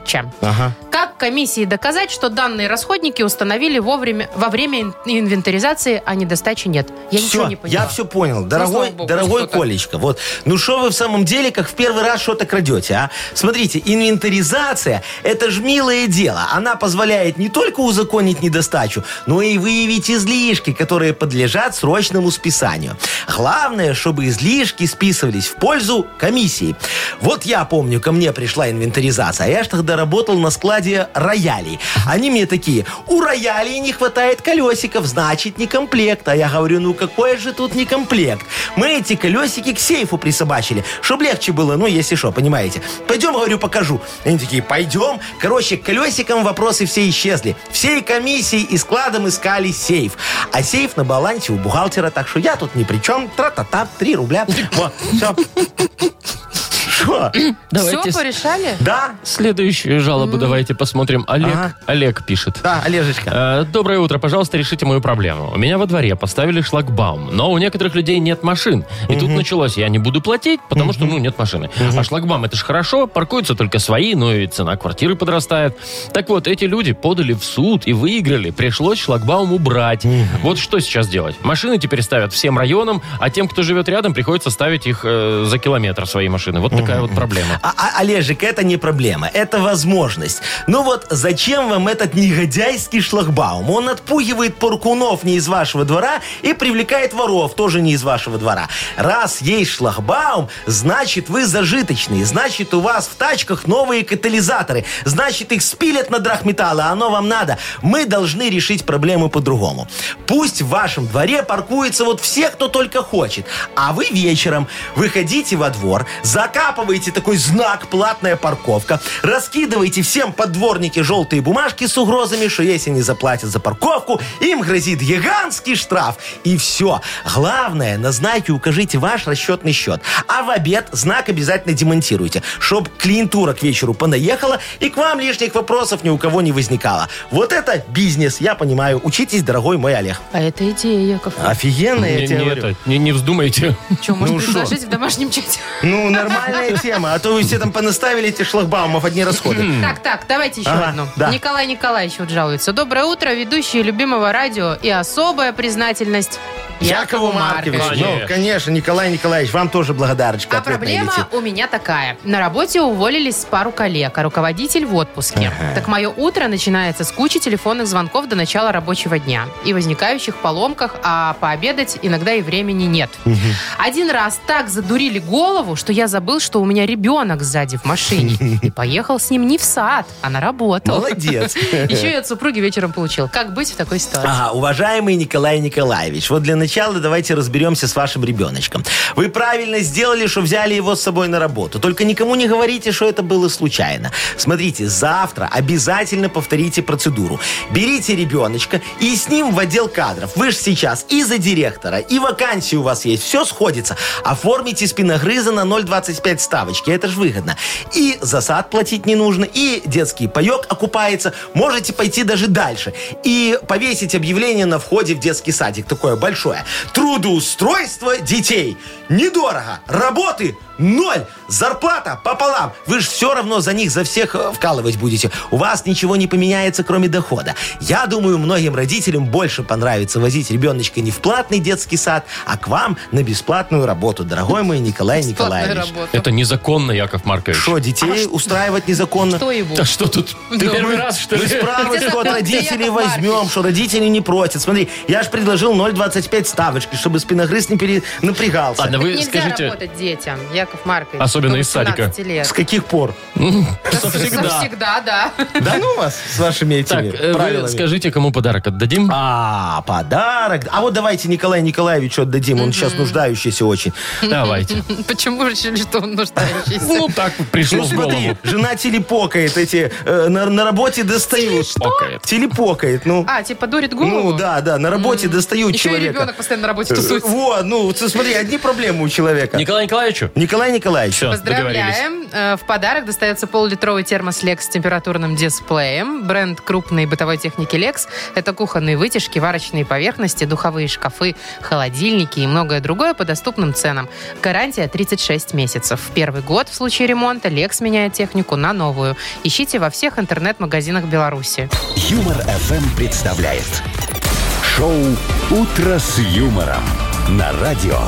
S4: Ага.
S3: Как комиссии доказать, что данные расходники установили вовремя, во время ин- инвентаризации, а недостачи нет. Я ничего
S4: Всё,
S3: не поняла. Ну,
S4: Я все понял. Дорогой,
S3: слава богу,
S4: дорогой
S3: что-то.
S4: Колечка, вот. Ну что вы в самом деле, как в первый раз что-то крадете, а? Смотрите, инвентаризация – это ж милое дело. Она позволяет не только узаконить недостачу, но и выявить излишки, которые подлежат срочному списанию. Главное, чтобы излишки списывались в пользу комиссии. Вот я помню, ко мне пришла инвентаризация, а я ж тогда работал на складе роялей. Они мне такие, у роялей не хватает колесиков, значит не комплект. А я говорю, ну какой же тут не комплект? Мы эти колесики к сейфу присобачили, чтобы легче было, ну если что, понимаете. Пойдем, говорю, покажу. Они такие, пойдем. Короче, к колесикам вопросы все исчезли. Всей комиссии и складом искали сейф. А сейф на балансе у бухгалтера, так что я тут ни при чем. Тра-та-та, 3 рубля. Вот, все. Что?
S3: Все
S2: Давайте с-
S3: порешали?
S4: Да?
S2: следующую жалобу давайте посмотрим. Олег,
S4: Ага.
S2: Олег пишет.
S4: Да, Олежечка.
S2: Э, Доброе утро, пожалуйста, решите мою проблему. У меня во дворе поставили шлагбаум, но у некоторых людей нет машин. И тут началось, я не буду платить, потому что, ну, нет машины. А шлагбаум, это же хорошо, паркуются только свои, но и цена квартиры подрастает. Так вот, эти люди подали в суд и выиграли. Пришлось шлагбаум убрать. Вот что сейчас делать? Машины теперь ставят всем районам, а тем, кто живет рядом, приходится ставить их э, за километр свои машины. Вот такая вот проблема.
S4: А- а- Олежек, это не проблема, это возможность. Ну вот зачем вам этот негодяйский шлагбаум? Он отпугивает паркунов не из вашего двора и привлекает воров тоже не из вашего двора. Раз есть шлагбаум, значит вы зажиточные, значит у вас в тачках новые катализаторы, значит их спилят на драхметалл, а оно вам надо. Мы должны решить проблему по-другому. Пусть в вашем дворе паркуется вот все, кто только хочет, а вы вечером выходите во двор, закапываете такой знак «Платная парковка», раскидываете всем подворники желтые бумажки с угрозами, что если не заплатят за парковку, им грозит гигантский штраф. И все. Главное, назнайте, укажите ваш расчетный счет. А в обед знак обязательно демонтируйте, чтоб клиентура к вечеру понаехала и к вам лишних вопросов ни у кого не возникало. Вот это бизнес, я понимаю. Учитесь, дорогой мой Олег.
S3: А это идея, Яков.
S4: Офигенная
S2: Не,
S4: я тебе
S2: не
S4: говорю.
S2: это, не- не вздумайте.
S3: Что, может
S4: А, ну шо?
S3: предложить в домашнем чате?
S4: Ну, нормальная тема. А то вы все там понаставили эти шлагбаумов, одни расходы.
S3: Так, так, давайте еще
S4: Ага,
S3: одну.
S4: да.
S3: Николай Николаевич вот жалуется. Доброе утро, ведущие любимого радио и особая признательность Якову Марковичу.
S4: Ну, конечно, Николай Николаевич, вам тоже благодарочка.
S3: А
S4: ответная
S3: проблема
S4: летит.
S3: у меня такая. На работе уволились с пару коллег, а руководитель в отпуске. Так мое утро начинается с кучи телефонных звонков до начала рабочего дня и возникающих поломках, а пообедать иногда и времени нет. Один раз так задурили голову, что я забыл, что у меня ребенок сзади в машине. И поехал с ним не в сад, а на работу.
S4: Молодец.
S3: Еще и от супруги вечером получил. Как быть в такой ситуации?
S4: Ага, уважаемый Николай Николаевич, вот для начала давайте разберемся с вашим ребеночком. Вы правильно сделали, что взяли его с собой на работу. Только никому не говорите, что это было случайно. Смотрите, завтра обязательно повторите процедуру. Берите ребеночка и с ним в отдел кадров. Вы же сейчас и за директора, и вакансии у вас есть. Все сходится. Оформите спиногрыза на 0,25 ставочки. Это же выгодно. И за сад платить не нужно, и детский паек окупается. Можете пойти даже дальше. И повесить объявление на входе в детский садик. Такое большое. Трудоустройство детей. Недорого. Работы ноль. Зарплата пополам. Вы же все равно за них, за всех э, вкалывать будете. У вас ничего не поменяется, кроме дохода. Я думаю, многим родителям больше понравится возить ребеночка не в платный детский сад, а к вам на бесплатную работу, дорогой мой Николай
S3: Бесплатная
S4: Николаевич.
S3: работа. А
S2: Это незаконно, Яков Маркович.
S4: Что, детей устраивать незаконно?
S3: Что его?
S2: Да что тут? Ты
S3: Ну,
S2: первый раз, что
S4: Мы
S2: ли?
S4: справочку от
S3: Где
S4: родителей
S3: Яков Маркович?
S4: возьмем, что родители не просят. Смотри, я же предложил 0,25 ставочки, чтобы спиногрыз не перенапрягался.
S2: Ладно, вы
S3: Нельзя
S2: скажите,
S3: работать детям, Яков Маркович.
S2: Особенно
S3: до
S2: из садика.
S3: 18 лет.
S4: С каких пор?
S2: что всегда.
S3: Всегда, да.
S4: Да ну вас с вашими
S2: Так,
S4: этими
S2: э, вы
S4: правилами.
S2: скажите, кому подарок отдадим?
S4: А, подарок. А вот давайте Николаю Николаевичу отдадим. Он сейчас нуждающийся очень.
S2: Давайте.
S3: Почему решили, что он нуждающийся?
S2: Ну, так пришло
S4: Ну
S2: в
S4: смотри,
S2: голову.
S4: жена телепокает эти, э, на, на работе достают.
S2: Покает.
S4: Телепокает, ну.
S3: А, типа дурит голову?
S4: Ну да, да, на работе достают
S3: Еще и
S4: человека. Э,
S3: ребенок постоянно на работе тусуется.
S4: Во, ну, ты смотри, одни проблемы у человека.
S2: Николаю Николаевичу?
S4: Николай Николаевич.
S2: Все, договорились.
S3: Поздравляем. Э, В подарок достается полулитровый термос Lex с температурным дисплеем. Бренд крупной бытовой техники Lex. Это кухонные вытяжки, варочные поверхности, духовые шкафы, холодильники и многое другое по доступным ценам. Гарантия 36 месяцев. В первый год в случае ремонта Lex меняет технику на новую. Ищите во всех интернет-магазинах Беларуси.
S1: Юмор FM представляет шоу Утро с юмором на радио.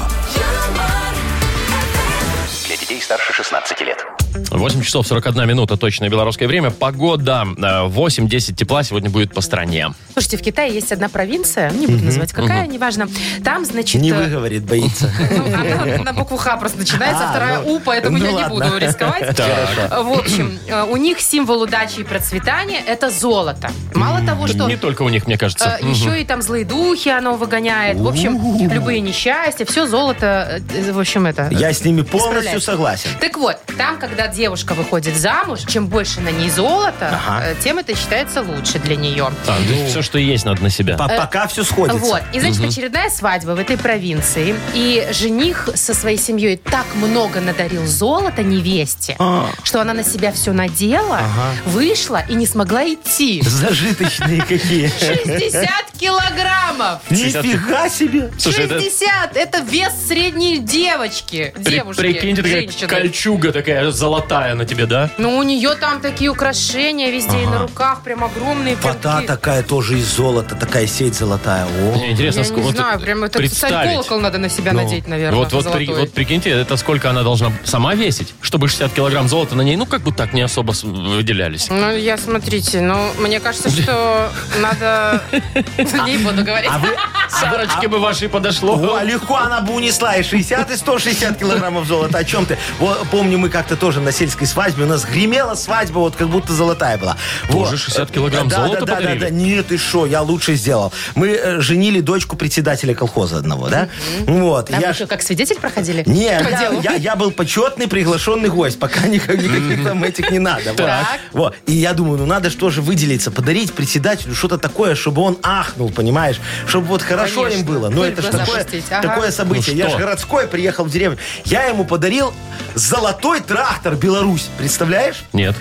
S7: Для детей старше 16 лет.
S2: 8 часов 41 минута, точное белорусское время. Погода э, 8-10 тепла сегодня будет по стране.
S3: Слушайте, в Китае есть одна провинция, не буду называть какая, неважно. Там, значит...
S4: Не
S3: э,
S4: выговорит, боится.
S3: Ну, она на букву Х просто начинается, а
S4: А,
S3: вторая
S4: ну,
S3: У, поэтому
S4: ну
S3: я не
S4: ладно.
S3: буду рисковать.
S4: Хорошо.
S3: В общем, э, у них символ удачи и процветания – это золото. Мало того, Ну что
S2: Не только у них, мне кажется.
S3: э, еще и там злые духи оно выгоняет. В общем, любые несчастья, все золото, э, в общем, это...
S4: Я с ними полностью
S3: Исправляется.
S4: согласен.
S3: Так вот, там, когда девушка выходит замуж, чем больше на ней золота,
S4: Ага.
S3: э, тем это считается лучше для нее.
S2: А, то есть все, что есть, надо на себя.
S4: По- Пока все сходится.
S3: Э, Вот. И значит, очередная свадьба в этой провинции. И жених со своей семьей так много надарил золота невесте,
S2: А.
S3: что она на себя все надела, вышла и не смогла идти.
S4: Зажиточные какие.
S3: 60 килограммов!
S4: Нифига себе.
S2: Слушай, это
S3: 60! Это вес средней девочки.
S2: при-
S3: Девушки.
S2: прикиньте, такая
S3: женщины.
S2: кольчуга такая золотая на тебе, да?
S3: Ну, у нее там такие украшения везде и на руках, прям огромные. прям
S4: Вода
S3: такие-
S4: такая тоже из золота, такая сеть золотая. О.
S2: Мне интересно,
S3: Я
S2: сколько-
S3: не
S2: вот
S3: знаю, прям это царь
S2: представить. Ну,
S3: колокол надо на себя надеть, наверное,
S2: Вот, вот, при-
S3: золотой.
S2: вот прикиньте, это сколько она должна сама весить, чтобы 60 килограмм золота на ней, ну, как бы так не особо с- выделялись.
S3: Ну, я, смотрите, ну, мне кажется, что надо... Не буду говорить.
S4: А вы...
S2: Сарочке бы вашей подошло.
S4: О, легко она бы унесла и 60, и 160 килограммов золота. О чем ты? Вот, помню, мы как-то тоже на сельской свадьбе, у нас гремела свадьба, вот как будто золотая была. Вот.
S2: Тоже 60 килограмм
S4: да,
S2: золота
S4: да, да,
S2: подарили?
S4: да, да. Нет, ты что, я лучше сделал. Мы э, женили дочку председателя колхоза одного, да? Вот.
S3: Там
S4: я
S3: еще
S4: ж-
S3: как свидетель проходили?
S4: Не,
S3: По
S4: я,
S3: делу.
S4: я- я был почетный приглашенный гость, пока никак- никаких там этих не надо. Вот.
S3: Так.
S4: Вот. И я думаю, ну надо же тоже выделиться, подарить председателю что-то такое, чтобы он ахнул, понимаешь? Чтобы вот хорошо
S3: Конечно.
S4: им было. Но
S3: Пыль
S4: это
S3: в
S4: же
S3: глаза
S4: такое,
S3: пустить, ага.
S4: такое событие.
S2: Ну
S4: я
S2: что?
S4: же городской приехал в деревню. Я ему подарил золотой трактор Беларусь. Представляешь?
S2: Нет.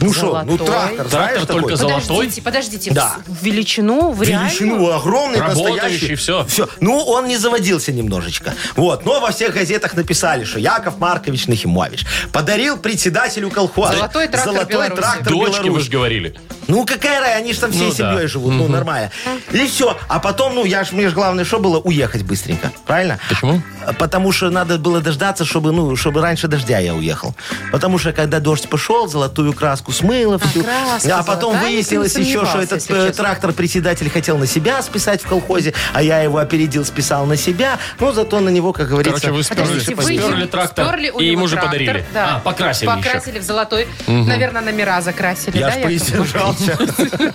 S4: Ну что, ну
S3: Золотой.
S4: трактор, знаешь
S2: Трактор только
S4: такой?
S2: золотой.
S3: Подождите, подождите.
S4: Да.
S3: В величину, в
S4: Величину
S3: реальную?
S4: огромный,
S2: Работающий,
S4: настоящий.
S2: всё.
S4: Все. Ну, он не заводился немножечко. Вот. Но во всех газетах написали, что Яков Маркович Нахимович подарил председателю колхоза.
S3: Золотой трактор
S4: Золотой
S3: Беларуси.
S4: трактор
S2: Дочки, вы
S4: Беларусь.
S2: же говорили.
S4: Ну, какая рая, они же там всей
S2: Ну, да.
S4: семьей живут. Ну, нормально. И все. А потом, ну, я ж, мне же главное, что было? Уехать быстренько. Правильно? А,
S2: Почему?
S4: Потому что надо было дождаться, чтобы, ну, чтобы раньше дождя я уехал. Потому что, когда дождь пошел, золотую краску смыло всю.
S3: краска
S4: а потом
S3: золотая,
S4: выяснилось
S3: я не
S4: еще, что
S3: сомневалась,
S4: этот
S3: если
S4: э,
S3: честно.
S4: трактор-председатель хотел на себя списать в колхозе, а я его опередил, списал на себя. Но зато на него, как говорится...
S2: Короче, вы сперли,
S3: Подождите, вы
S2: сперли
S3: ему-
S2: трактор
S3: сперли у
S2: и
S3: него
S2: ему же
S3: трактор,
S2: подарили.
S3: да.
S2: А, покрасили еще.
S3: Покрасили в золотой. Наверное, номера закрасили.
S4: Я
S3: да,
S4: ж
S3: Яков
S4: поиздержался.
S3: Маркович?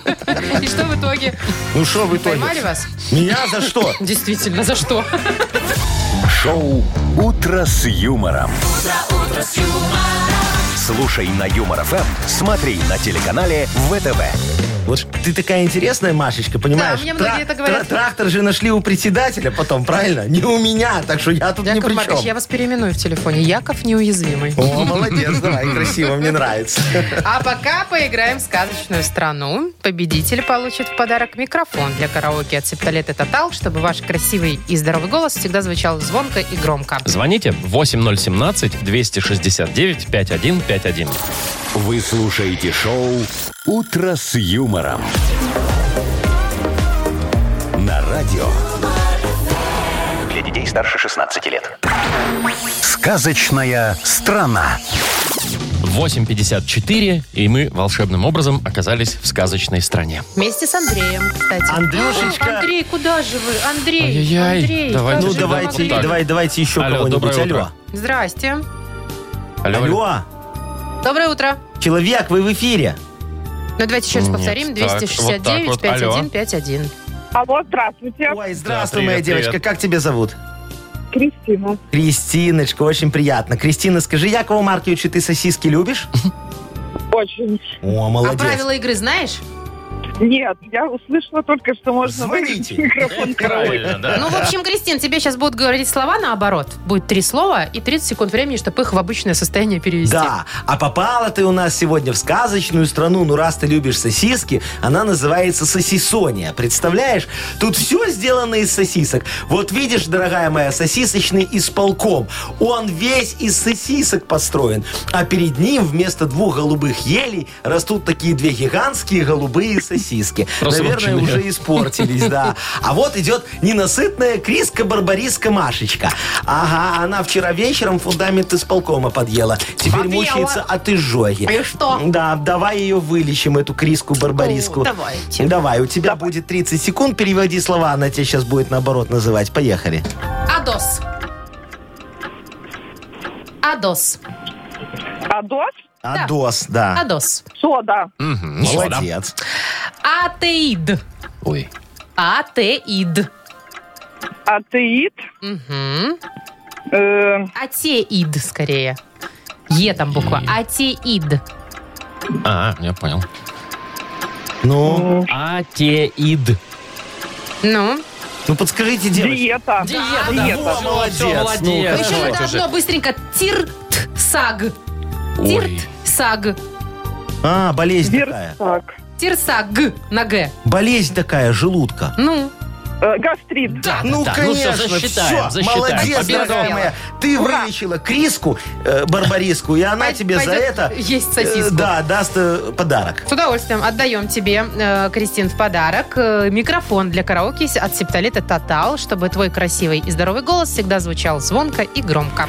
S3: И что в итоге?
S4: Ну что в итоге?
S3: Поймали вас?
S4: Меня за что?
S3: Действительно, за что?
S1: Шоу Утро с юмором. Слушай на Юмор ФМ, смотри на телеканале ВТВ.
S4: Вот ты такая интересная, Машечка, понимаешь?
S3: Да, мне многие это говорят.
S4: трактор же нашли у председателя потом, правильно? Не у меня, так что я тут ни
S3: Яков
S4: при
S3: Маркович,
S4: чем.
S3: я вас переименую в телефоне. Яков неуязвимый.
S4: О, молодец, давай, красиво, мне нравится.
S3: А пока поиграем в сказочную страну. Победитель получит в подарок микрофон для караоке от Септолета Тотал, чтобы ваш красивый и здоровый голос всегда звучал звонко и громко.
S2: Звоните 8017-269-5151.
S1: Вы слушаете шоу Утро с юмором. На радио
S7: Для детей старше 16 лет.
S1: «Сказочная страна».
S2: 8.54, и мы волшебным образом оказались в сказочной стране.
S3: Вместе с Андреем, кстати. А,
S4: Андрюшечка.
S3: Андрей, куда же вы? Андрей,
S2: Ай-яй-яй,
S3: Андрей.
S2: давай,
S3: как
S4: Ну,
S3: же вы
S4: давайте,
S3: могли?
S2: так.
S4: давай, давайте еще
S2: Алло,
S4: кого-нибудь.
S2: доброе
S4: Алло.
S2: утро.
S3: Здрасте.
S2: Алло, алло.
S4: Алло,
S3: Доброе утро.
S4: человек, вы в эфире.
S3: Ну, давайте еще раз
S2: Нет,
S3: повторим.
S2: так, вот так вот, алло.
S3: 269-5151.
S8: Алло, здравствуйте.
S4: Ой,
S2: Да,
S4: здравствуй,
S2: привет,
S4: моя девочка,
S2: привет.
S4: как тебя зовут?
S8: Кристина.
S4: Кристиночка, очень приятно. Кристина, скажи, Якову Марковичу, ты сосиски любишь?
S8: Очень.
S4: О,
S3: А
S4: молодец.
S3: правила игры знаешь?
S8: Нет, я услышала только, что можно
S4: Звоните.
S8: выключить микрофон караоке.
S2: Правильно, да.
S3: Ну, в общем, Кристин, тебе сейчас будут говорить слова наоборот. Будет три слова и 30 секунд времени, чтобы их в обычное состояние перевести.
S4: Да, а попала ты у нас сегодня в сказочную страну. Ну, раз ты любишь сосиски, она называется сосисония. Представляешь? Тут все сделано из сосисок. Вот видишь, дорогая моя, сосисочный исполком. Он весь из сосисок построен. А перед ним вместо двух голубых елей растут такие две гигантские голубые сосиски.
S2: Просто
S4: Наверное,
S2: волчиные.
S4: уже испортились, да. А вот идет ненасытная Криска Барбариска Машечка. Ага, она вчера вечером фундамент исполкома подъела. А Теперь
S3: Подъела.
S4: мучается от изжоги.
S3: И что?
S4: Да, давай ее вылечим, эту Криску Барбариску.
S3: О, давайте.
S4: Ну, Давай, у тебя будет 30 секунд, переводи слова, она тебя сейчас будет наоборот называть. Поехали.
S3: Адос. Адос.
S8: Адос,
S4: Адос, да.
S3: Адос.
S8: сода,
S2: Мгм, сода.
S4: Молодец.
S3: Атеид.
S2: Ой.
S3: Атеид.
S8: атеид,
S3: Мгм.
S8: э,
S3: Атеид, скорее. Е там буква. Атеид.
S2: А, я понял.
S4: Ну,
S2: Атеид.
S3: Ну,
S4: ну подскажите, девочки.
S8: диета.
S2: Диета,
S8: да,
S2: во,
S4: всё,
S2: молодец.
S4: молодец.
S2: Ну,
S4: Ну,
S3: Ну, еще
S2: давайте
S3: надо
S2: уже.
S3: одно быстренько. Тиртсаг.
S2: Ой.
S3: Тиртсаг.
S4: А, болезнь такая.
S8: Версак.
S3: Тирсаг. На Г.
S4: Болезнь такая, желудка.
S3: Ну,
S8: Э, гастрит.
S2: Да,
S4: Ну,
S2: да, да.
S4: конечно,
S2: всё, засчитаем,
S4: всё,
S2: засчитаем.
S4: молодец,
S2: Победа.
S4: дорогая моя. Ты вылечила Криску, э, Барбариску, и она
S3: пой-
S4: тебе за
S3: пойдет
S4: это...
S3: есть
S4: э,
S3: сосиску.
S4: Да, даст э, подарок.
S3: С удовольствием отдаем тебе, э, Кристин, в подарок э, микрофон для караоке от септолита Тотал, чтобы твой красивый и здоровый голос всегда звучал звонко и громко.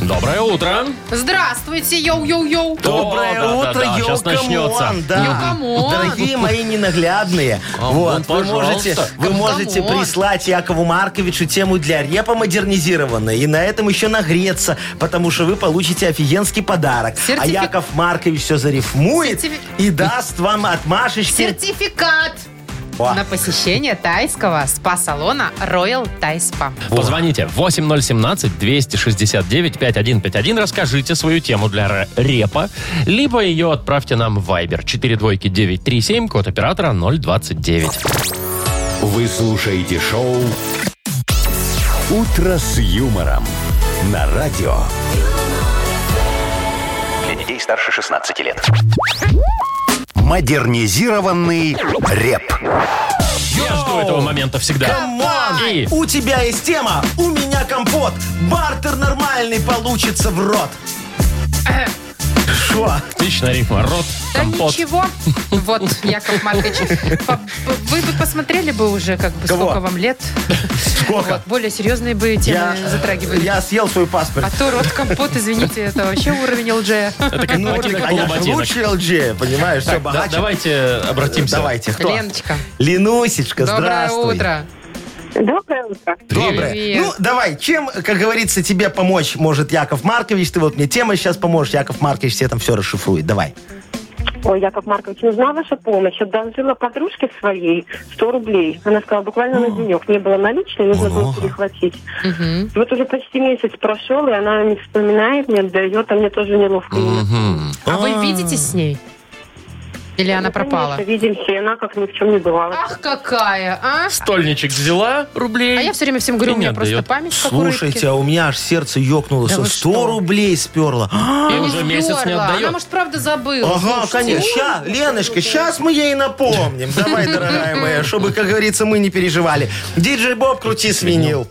S2: Доброе утро.
S3: Здравствуйте, йоу-йоу-йоу.
S4: Доброе
S2: да, да,
S4: утро,
S2: да, сейчас
S4: йо,
S2: начнется.
S4: камон, да.
S3: Йо, камон.
S4: Дорогие мои ненаглядные,
S2: Камон,
S4: вот, вы
S2: пожалуйста.
S4: можете, вы
S3: Камон.
S4: можете прислать Якову Марковичу тему для репа модернизированной и на этом еще нагреться, потому что вы получите офигенский подарок. А
S3: Сертифи-
S4: Яков Маркович все зарифмует
S3: Сертифи-
S4: и даст вам от Машечки...
S3: Сертификат
S4: О,
S3: на посещение тайского спа-салона Royal Thai Spa.
S2: Позвоните 8017-269-5151. Расскажите свою тему для ре- репа, либо ее отправьте нам в Viber 42937, код оператора 029.
S1: Вы слушаете шоу «Утро с юмором» на радио.
S7: Для детей старше 16 лет.
S1: Модернизированный рэп.
S2: Я жду этого момента всегда.
S4: Камон!
S2: И
S4: У тебя есть тема, у меня компот. Бартер нормальный получится в рот. Шо?
S2: отличная рифма. Рот,
S3: Да
S2: компот.
S3: ничего. Вот, Яков Маркович, по- по- вы бы посмотрели бы уже, как бы,
S4: Кого?
S3: сколько вам лет.
S4: Сколько?
S3: Вот, более серьезные бы темы затрагивали.
S4: я съел свой паспорт.
S3: А то рот компот, извините, это вообще уровень ЛД.
S2: Это как
S4: Ну,
S2: ботинок
S4: а я же
S2: полуботинок.
S4: лучше LG, понимаешь, все,
S2: Так, да-
S4: богаче.
S2: давайте обратимся.
S4: Давайте, кто?
S3: Леночка,
S4: Ленусечка,
S3: доброе
S4: здравствуй.
S3: утро.
S8: Доброе утро.
S2: Привет.
S4: Доброе. Ну, давай, чем, как говорится, тебе помочь может Яков Маркович? Ты вот мне тема сейчас поможешь, Яков Маркович тебе там все расшифрует. Давай.
S9: Ой, Яков Маркович, нужна ваша помощь. Одолжила подружке своей 100 рублей. Она сказала, буквально на денек. Не было наличной, нужно было
S4: Много.
S9: перехватить.
S3: Мгм.
S9: Вот уже почти месяц прошел, и она не вспоминает, не отдает, а мне тоже неловко.
S2: Мгм.
S3: А вы
S4: А.
S3: видитесь с ней? Или она
S9: Ну,
S3: пропала?
S9: Конечно, видимся, и она как ни в чем не бывала.
S3: Ах, какая, а?
S2: Стольничек взяла рублей.
S3: А я все время всем говорю,
S2: И
S3: у
S2: не
S3: меня просто
S2: отдает.
S3: память как у рыбки.
S4: Слушайте, а у меня аж сердце ёкнуло.
S3: Да
S4: со
S3: вы
S4: 100
S3: что?
S4: рублей сперло.
S2: И
S3: Она
S2: уже месяц не
S3: стерла. Она,
S2: отдает.
S3: может, правда забыла. ну,
S4: Ага,
S3: Слушайте.
S4: конечно. Ща, Леночка, сейчас мы ей напомним. Давай, дорогая моя, чтобы, как говорится, мы не переживали. Диджей Боб, крути свинил.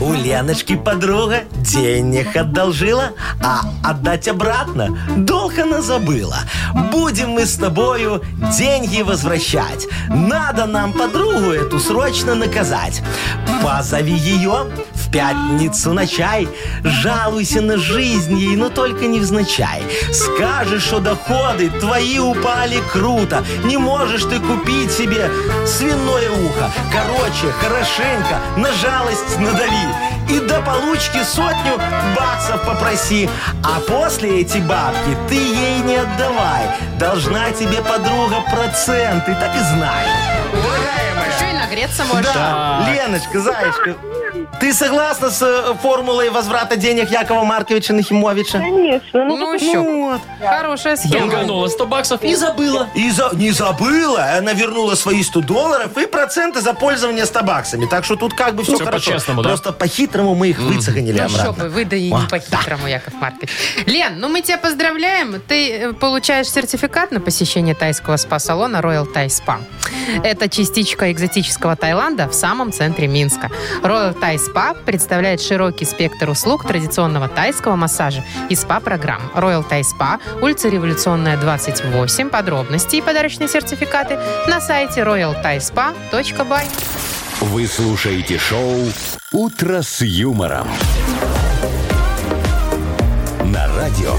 S4: У Леночки подруга денег одолжила, а отдать обратно долг она забыла. Будем мы с тобою деньги возвращать. Надо нам подругу эту срочно наказать. Позови ее в пятницу на чай, жалуйся на жизнь ей, но только невзначай. Скажешь, что доходы твои упали круто, не можешь ты купить себе свиное ухо. Короче, хорошенько на жалость надави и до получки сотню баксов попроси. А после эти бабки ты ей не отдавай. Должна тебе подруга проценты, так и знай.
S3: Еще и а нагреться можно.
S4: Да, Леночка, Зайчка, ты согласна с э, формулой возврата денег Якова Марковича Нахимовича?
S9: Конечно. Ну,
S3: Ну еще.
S4: Вот.
S3: Хорошая схема.
S2: Долганула 100 баксов и забыла.
S4: И за- не забыла, она вернула свои 100 долларов и проценты за пользование 100 баксами. Так что тут как бы все,
S2: Всё
S4: хорошо.
S2: по-честному, да?
S4: Просто по-хитрому мы их выцегонили
S3: Ну что
S4: обратно.
S3: вы, вы да и не
S4: Ма,
S3: по-хитрому, Яков Маркович. Лен, ну мы тебя поздравляем. Ты э, получаешь сертификат на посещение тайского спа-салона Royal Thai Spa. Это частичка экзотического Таиланда в самом центре Минска. Royal Thai Spa представляет широкий спектр услуг традиционного тайского массажа и спа-программ. Royal Thai Spa, улица Революционная, 28. Подробности и подарочные сертификаты на сайте royalthaispa.by.
S1: Вы слушаете шоу «Утро с юмором». На радио.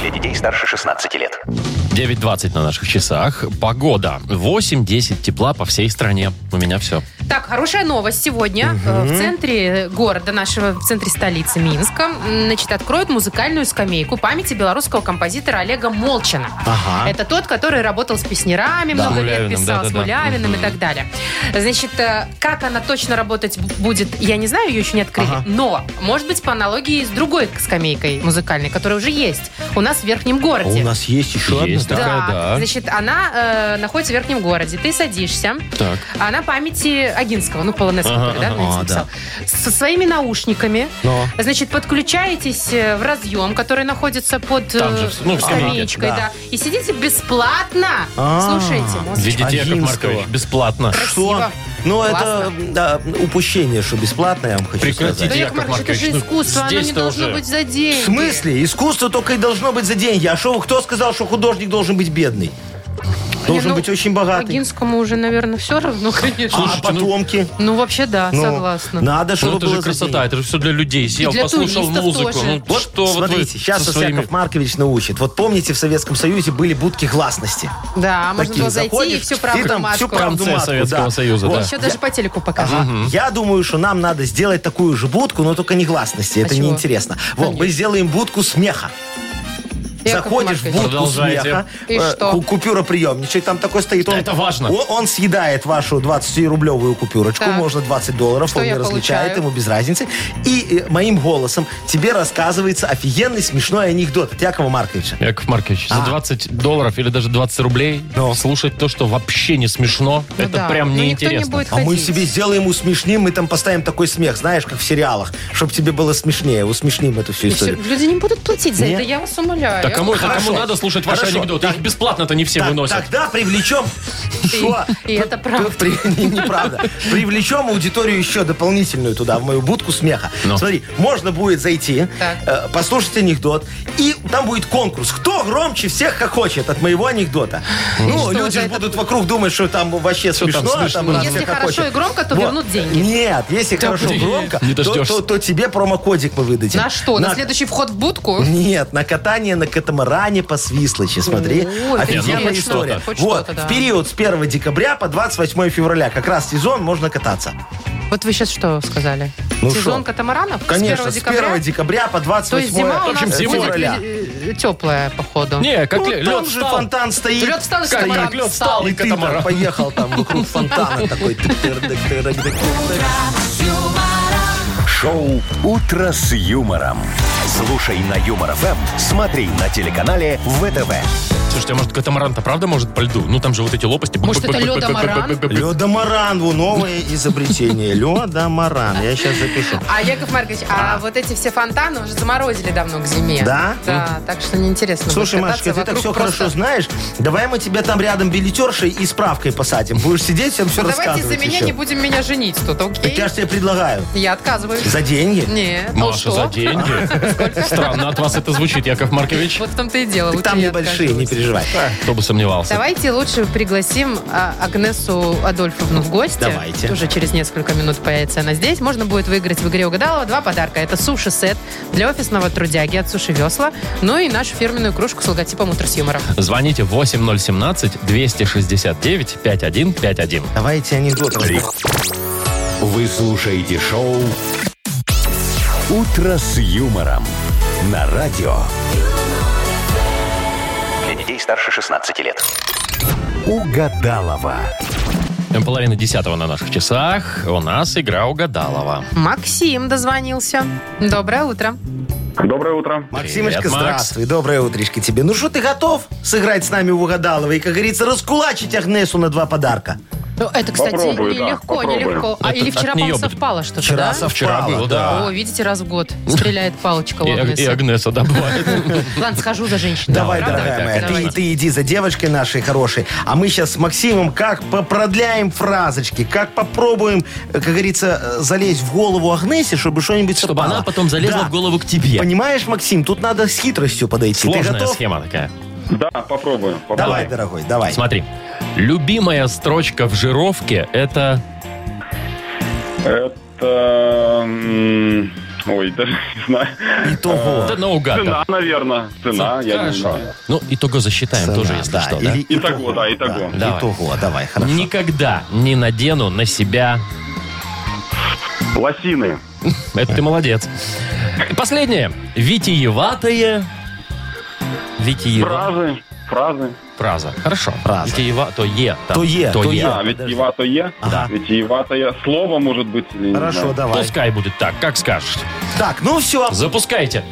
S7: Для детей старше 16 лет.
S2: 9.20 на наших часах. Погода. 8-10 тепла по всей стране. У меня все.
S3: Так, хорошая новость сегодня. Э, В центре города нашего, в центре столицы Минска, м, значит, откроют музыкальную скамейку памяти белорусского композитора Олега Молчина.
S4: Ага.
S3: Это тот, который работал с песнярами,
S2: Да.
S3: много лет
S2: Мулявиным,
S3: писал, с
S2: да-да-да.
S3: Мулявиным и
S2: Мгм.
S3: так далее. Значит, э, как она точно работать б- будет, я не знаю, ее еще не открыли.
S4: Ага.
S3: Но, может быть, по аналогии с другой скамейкой музыкальной, которая уже есть у нас в Верхнем
S4: А
S3: городе.
S4: у нас есть еще одна.
S2: Есть
S4: да?
S2: такая, да.
S3: Значит, она э, находится в Верхнем городе. Ты садишься,
S2: Так.
S3: а на памяти Агинского, ну, Полонецкого,
S2: Ага,
S3: который, да,
S2: ага,
S3: Полонецкий
S4: а,
S3: писал. Со своими наушниками.
S4: Но.
S3: Значит, подключаетесь э, в разъем, который находится под э,
S2: Там же, ну, в скамейке.
S3: скамеечкой,
S4: Да.
S3: да. И сидите бесплатно.
S4: А.
S3: Слушайте музыку.
S2: Видите, Яков
S4: Агинского.
S2: Маркович, бесплатно.
S4: Что?
S3: Красиво.
S4: Ну, это
S3: Классно.
S4: да, упущение, что бесплатно, я вам хочу
S2: Прекратите.
S3: Да,
S4: сказать.
S2: Яков
S3: Яков Маркович, это
S2: Маркович,
S3: же
S2: ну,
S3: искусство, оно не
S2: здесь-то
S3: должно
S2: уже.
S3: быть за деньги.
S4: В смысле? Искусство только и должно быть за деньги. А шо, кто сказал, что художник должен быть бедный? Должен
S3: Не, ну,
S4: быть очень богатый.
S3: Агинскому уже, наверное, все равно, конечно.
S4: а потомки?
S3: Ну, вообще, да,
S4: Ну,
S3: согласна.
S4: Надо, чтобы
S2: Ну, это
S4: было
S2: же
S4: за
S2: красота,
S4: деньги.
S2: это же все для людей. Сел,
S3: для
S2: послушал
S3: туристов
S2: музыку.
S3: тоже.
S2: Ну,
S4: Вот
S2: что вот вы
S4: смотрите, сейчас
S2: со
S4: вас
S2: своими...
S4: Яков Маркович научит. Вот помните, в Советском Союзе были будки гласности.
S3: Да, А можно
S4: Такие,
S3: было зайти и
S4: заходишь,
S3: всю
S4: и
S3: правду
S4: там
S3: матку.
S4: всю правду
S2: конце
S4: матку,
S2: Советского
S4: да.
S2: Союза,
S4: Вот.
S2: да.
S3: Еще даже по телеку
S4: Ага.
S3: покажут.
S4: Я думаю, что нам надо сделать такую же будку, но только не гласности. Это
S3: А чего?
S4: неинтересно. Вот, мы сделаем будку смеха.
S3: Яков
S4: Заходишь в
S3: Маркович.
S4: будку
S2: Продолжайте.
S4: смеха, э,
S3: И что?
S4: ку- купюроприемничек, там такой стоит. Он,
S2: Это важно.
S4: О- Он, съедает вашу 20-рублевую купюрочку,
S3: Так.
S4: можно 20 долларов,
S3: Что
S4: он не
S3: я
S4: различает,
S3: получаю?
S4: ему без разницы. И э, моим голосом тебе рассказывается офигенный смешной анекдот от Якова Марковича.
S2: Яков Маркович, за
S4: А.
S2: 20 долларов или даже 20 рублей
S4: Ну.
S2: слушать то, что вообще не смешно,
S3: Ну
S2: это
S3: да,
S2: прям
S3: ну
S2: неинтересно.
S3: Никто не будет
S4: А мы
S3: ходить.
S4: себе сделаем усмешним, мы там поставим такой смех, знаешь, как в сериалах, чтобы тебе было смешнее, усмешним эту всю
S3: И Ну, всё,
S4: историю.
S3: люди не будут платить за
S4: Не.
S3: это, я вас умоляю.
S2: Да кому, это,
S4: Хорошо.
S2: кому надо слушать ваши
S4: Хорошо.
S2: анекдоты? Их бесплатно-то не все
S4: Так,
S2: выносят.
S4: Тогда привлечем... Что?
S3: И это правда.
S4: При- не- Неправда. Привлечем аудиторию еще дополнительную туда, в мою будку смеха.
S2: Ну.
S4: Смотри, можно будет зайти,
S3: Так.
S4: э, послушать анекдот, и там будет конкурс. Кто громче всех хохочет от моего анекдота? Ну,
S3: Что
S4: люди
S3: за
S4: ж
S3: это
S4: будут вокруг думать, что там вообще
S2: Что там
S4: смешно, а
S2: смешно?
S4: там раз
S3: Если
S4: все
S3: хорошо
S4: хохочет.
S3: и громко, то
S4: Вот.
S3: вернут деньги.
S4: Нет, если
S2: Да
S4: хорошо
S2: блин,
S4: громко,
S2: не
S4: то-
S2: дождешься.
S4: то то тебе промокодик мы выдадим.
S3: На что? На следующий вход в будку?
S4: Нет, на катание на катамаране по Свислочи, смотри.
S3: Ой,
S2: Нет, ну
S4: Офигенная
S2: хоть
S4: история.
S2: что-то,
S3: хоть
S4: Вот,
S3: что-то, да.
S4: в период с 1 декабря по 28 февраля, как раз сезон, можно кататься.
S3: Вот вы сейчас что сказали?
S4: Ну
S3: Сезон
S4: что?
S3: катамаранов?
S4: Конечно,
S3: с 1
S4: с
S3: декабря?
S4: 1 декабря по
S3: То
S4: 28
S3: есть зима у нас
S2: общем,
S3: будет
S2: зима.
S4: февраля.
S3: э, э, теплая, походу.
S2: Не, как
S4: Ну,
S2: лед
S4: там же
S2: встал.
S4: фонтан стоит.
S3: Лед встал, и
S2: Как-
S3: катамаран
S2: как лед
S3: встал.
S2: встал.
S4: И ты там
S2: катамаран.
S4: поехал там вокруг фонтана такой. тык-тыр-дык-тыр-дык-тыр.
S1: Шоу «Утро с юмором». Слушай на Юмор ФМ, смотри на телеканале ВТВ.
S2: Слушайте, а может катамаран-то правда может по льду? Ну там же вот эти лопасти.
S3: Может, это лёдомаран?
S4: Лёдомаран, во, новое изобретение. Лёдомаран. Я сейчас запишу.
S3: А, Яков Маркович, а, вот эти все фонтаны уже заморозили давно к зиме.
S4: Да? Ну.
S3: Да, так что неинтересно
S4: Слушай,
S3: будет
S4: Машечка,
S3: Ну, кататься
S4: ты так
S3: вокруг
S4: все
S3: просто-
S4: хорошо знаешь. Давай мы тебе там рядом билетершей и справкой посадим. Будешь сидеть, всем все рассказывать.
S3: Ну, Давайте за меня
S4: еще.
S3: не будем меня женить тут,
S4: Так
S3: окей?
S4: я же тебе предлагаю.
S3: Я отказываюсь.
S4: За деньги?
S3: Нет. а
S2: Маша,
S3: что?
S2: за деньги. Странно от вас это звучит, Яков Маркович.
S3: Вот в том-то и дело.
S4: Так
S3: лучше
S4: там
S3: я
S4: небольшие, не
S3: откажусь.
S4: переживай.
S2: Кто бы сомневался.
S3: Давайте лучше пригласим а, Агнесу Адольфовну в гости.
S4: Давайте.
S3: Уже через несколько минут появится она здесь. Можно будет выиграть в игре угадала два подарка. Это суши-сет для офисного трудяги от Суши Весла, ну и нашу фирменную кружку с логотипом «Утро с юмором».
S2: Звоните 8017-269-5151.
S4: Давайте анекдот.
S1: Вы слушаете шоу «Утро с юмором» на радио.
S7: Для детей старше 16 лет.
S1: Угадалова.
S2: Половина десятого на наших часах. У нас игра угадалова.
S3: Максим дозвонился. Доброе утро.
S6: Доброе утро.
S4: Максимочка,
S2: Привет, Макс.
S4: здравствуй. Доброе утречко тебе. Ну что, ты готов сыграть с нами в угадалово и, как говорится, раскулачить Агнесу на два подарка?
S3: Ну, это, кстати,
S6: Попробую, да,
S3: нелегко,
S6: попробую.
S3: нелегко. А
S2: Это
S3: или
S2: от нее
S3: вчера, по-моему,
S2: будет.
S3: совпало что-то,
S4: Вчера
S3: да?
S4: совпало,
S2: Вчера было, да.
S3: О, видите, раз в год стреляет палочка у
S2: И, Аг- и
S3: Агнесы.
S2: Агнеса, да, бывает.
S3: Ладно, схожу за женщиной.
S4: Давай,
S3: Правда?
S4: дорогая моя,
S3: Давай.
S4: Ты, ты иди за девочкой нашей хорошей, а мы сейчас с Максимом как попродляем фразочки, как попробуем, э, как говорится, э, залезть в голову Агнесе, чтобы что-нибудь
S2: Чтобы
S4: совпало.
S2: она потом залезла
S4: Да.
S2: в голову к тебе.
S4: Понимаешь, Максим, тут надо с хитростью подойти. ты
S2: Сложная
S4: готов?
S2: схема такая.
S6: Да, попробуем. попробуем.
S4: Давай, дорогой, давай.
S2: Смотри. Любимая строчка в жировке – это...
S6: Это... м, Ой, даже не знаю.
S4: Итого.
S2: Да наугад.
S6: Цена, наверное. Цена, я не
S2: Хорошо.
S6: знаю.
S2: Ну, итого засчитаем
S4: Цена,
S2: тоже, если
S4: да,
S2: что, да?
S4: или
S6: Итого, да, итого.
S2: Давай.
S4: Итого, давай, хорошо.
S2: Никогда не надену на себя...
S6: Лосины.
S2: Это ты молодец. И Последнее. Витиеватые... Витиева...
S6: Фразы. Фразы.
S2: Фраза. Хорошо.
S4: Фраза.
S2: Витиева... То е. там.
S4: То е, то е.
S6: А, ведь Еватое.
S4: Ага.
S6: Ведь Еватое. Слово, может быть, или не
S4: Хорошо,
S6: знаю.
S4: давай.
S2: Пускай будет так, как скажешь.
S4: Так, ну все,
S2: Запускайте.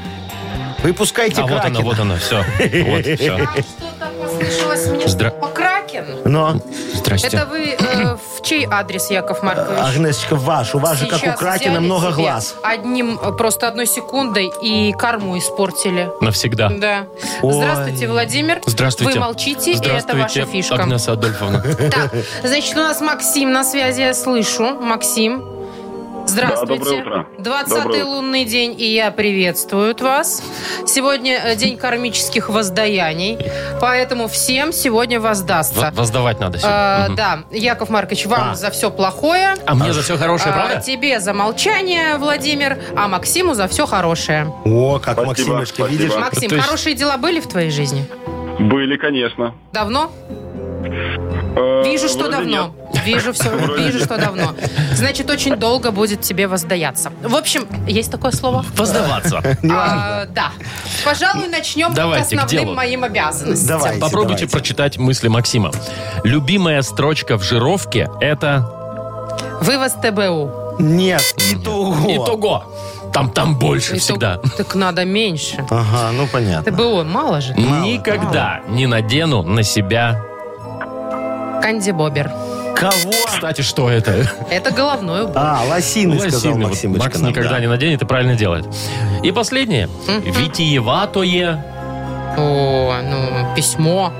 S4: выпускайте
S2: А вот
S4: Кракена.
S2: она, вот она, все. Вот, все.
S3: А Что так послышалось мне?
S2: Здра-
S3: Что, Кракен?
S4: Но,
S2: Здрасте.
S3: Это вы э, в чей адрес, Яков Маркович?
S4: Агнесочка, ваш, у вас Э, а, же, как у
S3: Сейчас
S4: Кракена,
S3: взяли
S4: много
S3: себе
S4: глаз.
S3: Одним, э, просто одной секундой и карму испортили.
S2: Навсегда.
S3: Да.
S4: Ой.
S3: Здравствуйте, Владимир.
S2: Здравствуйте.
S3: Вы молчите, и это ваша
S2: Здравствуйте,
S3: фишка.
S2: Агнеса Адольфовна.
S3: Так, значит, у нас Максим на связи, я слышу. Максим. Здравствуйте.
S6: Да, доброе утро.
S3: 20
S6: Доброе утро.
S3: лунный день, и я приветствую вас. Сегодня э, день кармических воздаяний, поэтому всем сегодня воздастся.
S2: В- Воздавать надо
S3: Э,
S2: сегодня. Мгм.
S3: Да, Яков Маркович, вам
S4: А.
S3: за все плохое.
S2: А мне за все хорошее,
S3: а,
S2: правда?
S3: тебе за молчание, Владимир, а Максиму за все хорошее.
S4: О, как
S6: Спасибо,
S4: Максимочка,
S6: спасибо.
S4: видишь?
S6: Да,
S3: Максим,
S2: то есть-
S3: хорошие дела были в твоей жизни?
S6: Были, конечно.
S3: Давно?
S6: Э,
S3: Вижу, что
S6: вроде
S3: давно.
S6: нет.
S3: Вижу все,
S6: Вроде
S3: вижу, что давно. Значит, очень долго будет тебе воздаяться. В общем, есть такое слово?
S2: Воздаваться.
S3: А, да. Пожалуй, начнем
S2: Давайте,
S3: к
S2: к
S3: основным
S2: делу.
S3: моим обязанностям.
S4: Давайте,
S2: Попробуйте
S4: давайте.
S2: прочитать мысли Максима. Любимая строчка в жировке – это
S3: Вывоз ТБУ.
S4: Нет, итого.
S2: итого. Там, там больше
S3: Итог-
S2: всегда.
S3: Так надо меньше.
S4: Ага, ну понятно.
S3: ТБУ мало же.
S2: Никогда не надену на себя.
S3: Канди Бобер.
S4: Кого?
S2: Кстати, что это?
S3: Это головной убор.
S4: А, лосины, сказал
S2: Лосины. Вот
S4: Максимочка.
S2: Макс
S3: ну
S4: нам,
S2: никогда
S4: да.
S2: не наденет и правильно делает. И последнее. Витиеватое
S3: О, ну, письмо.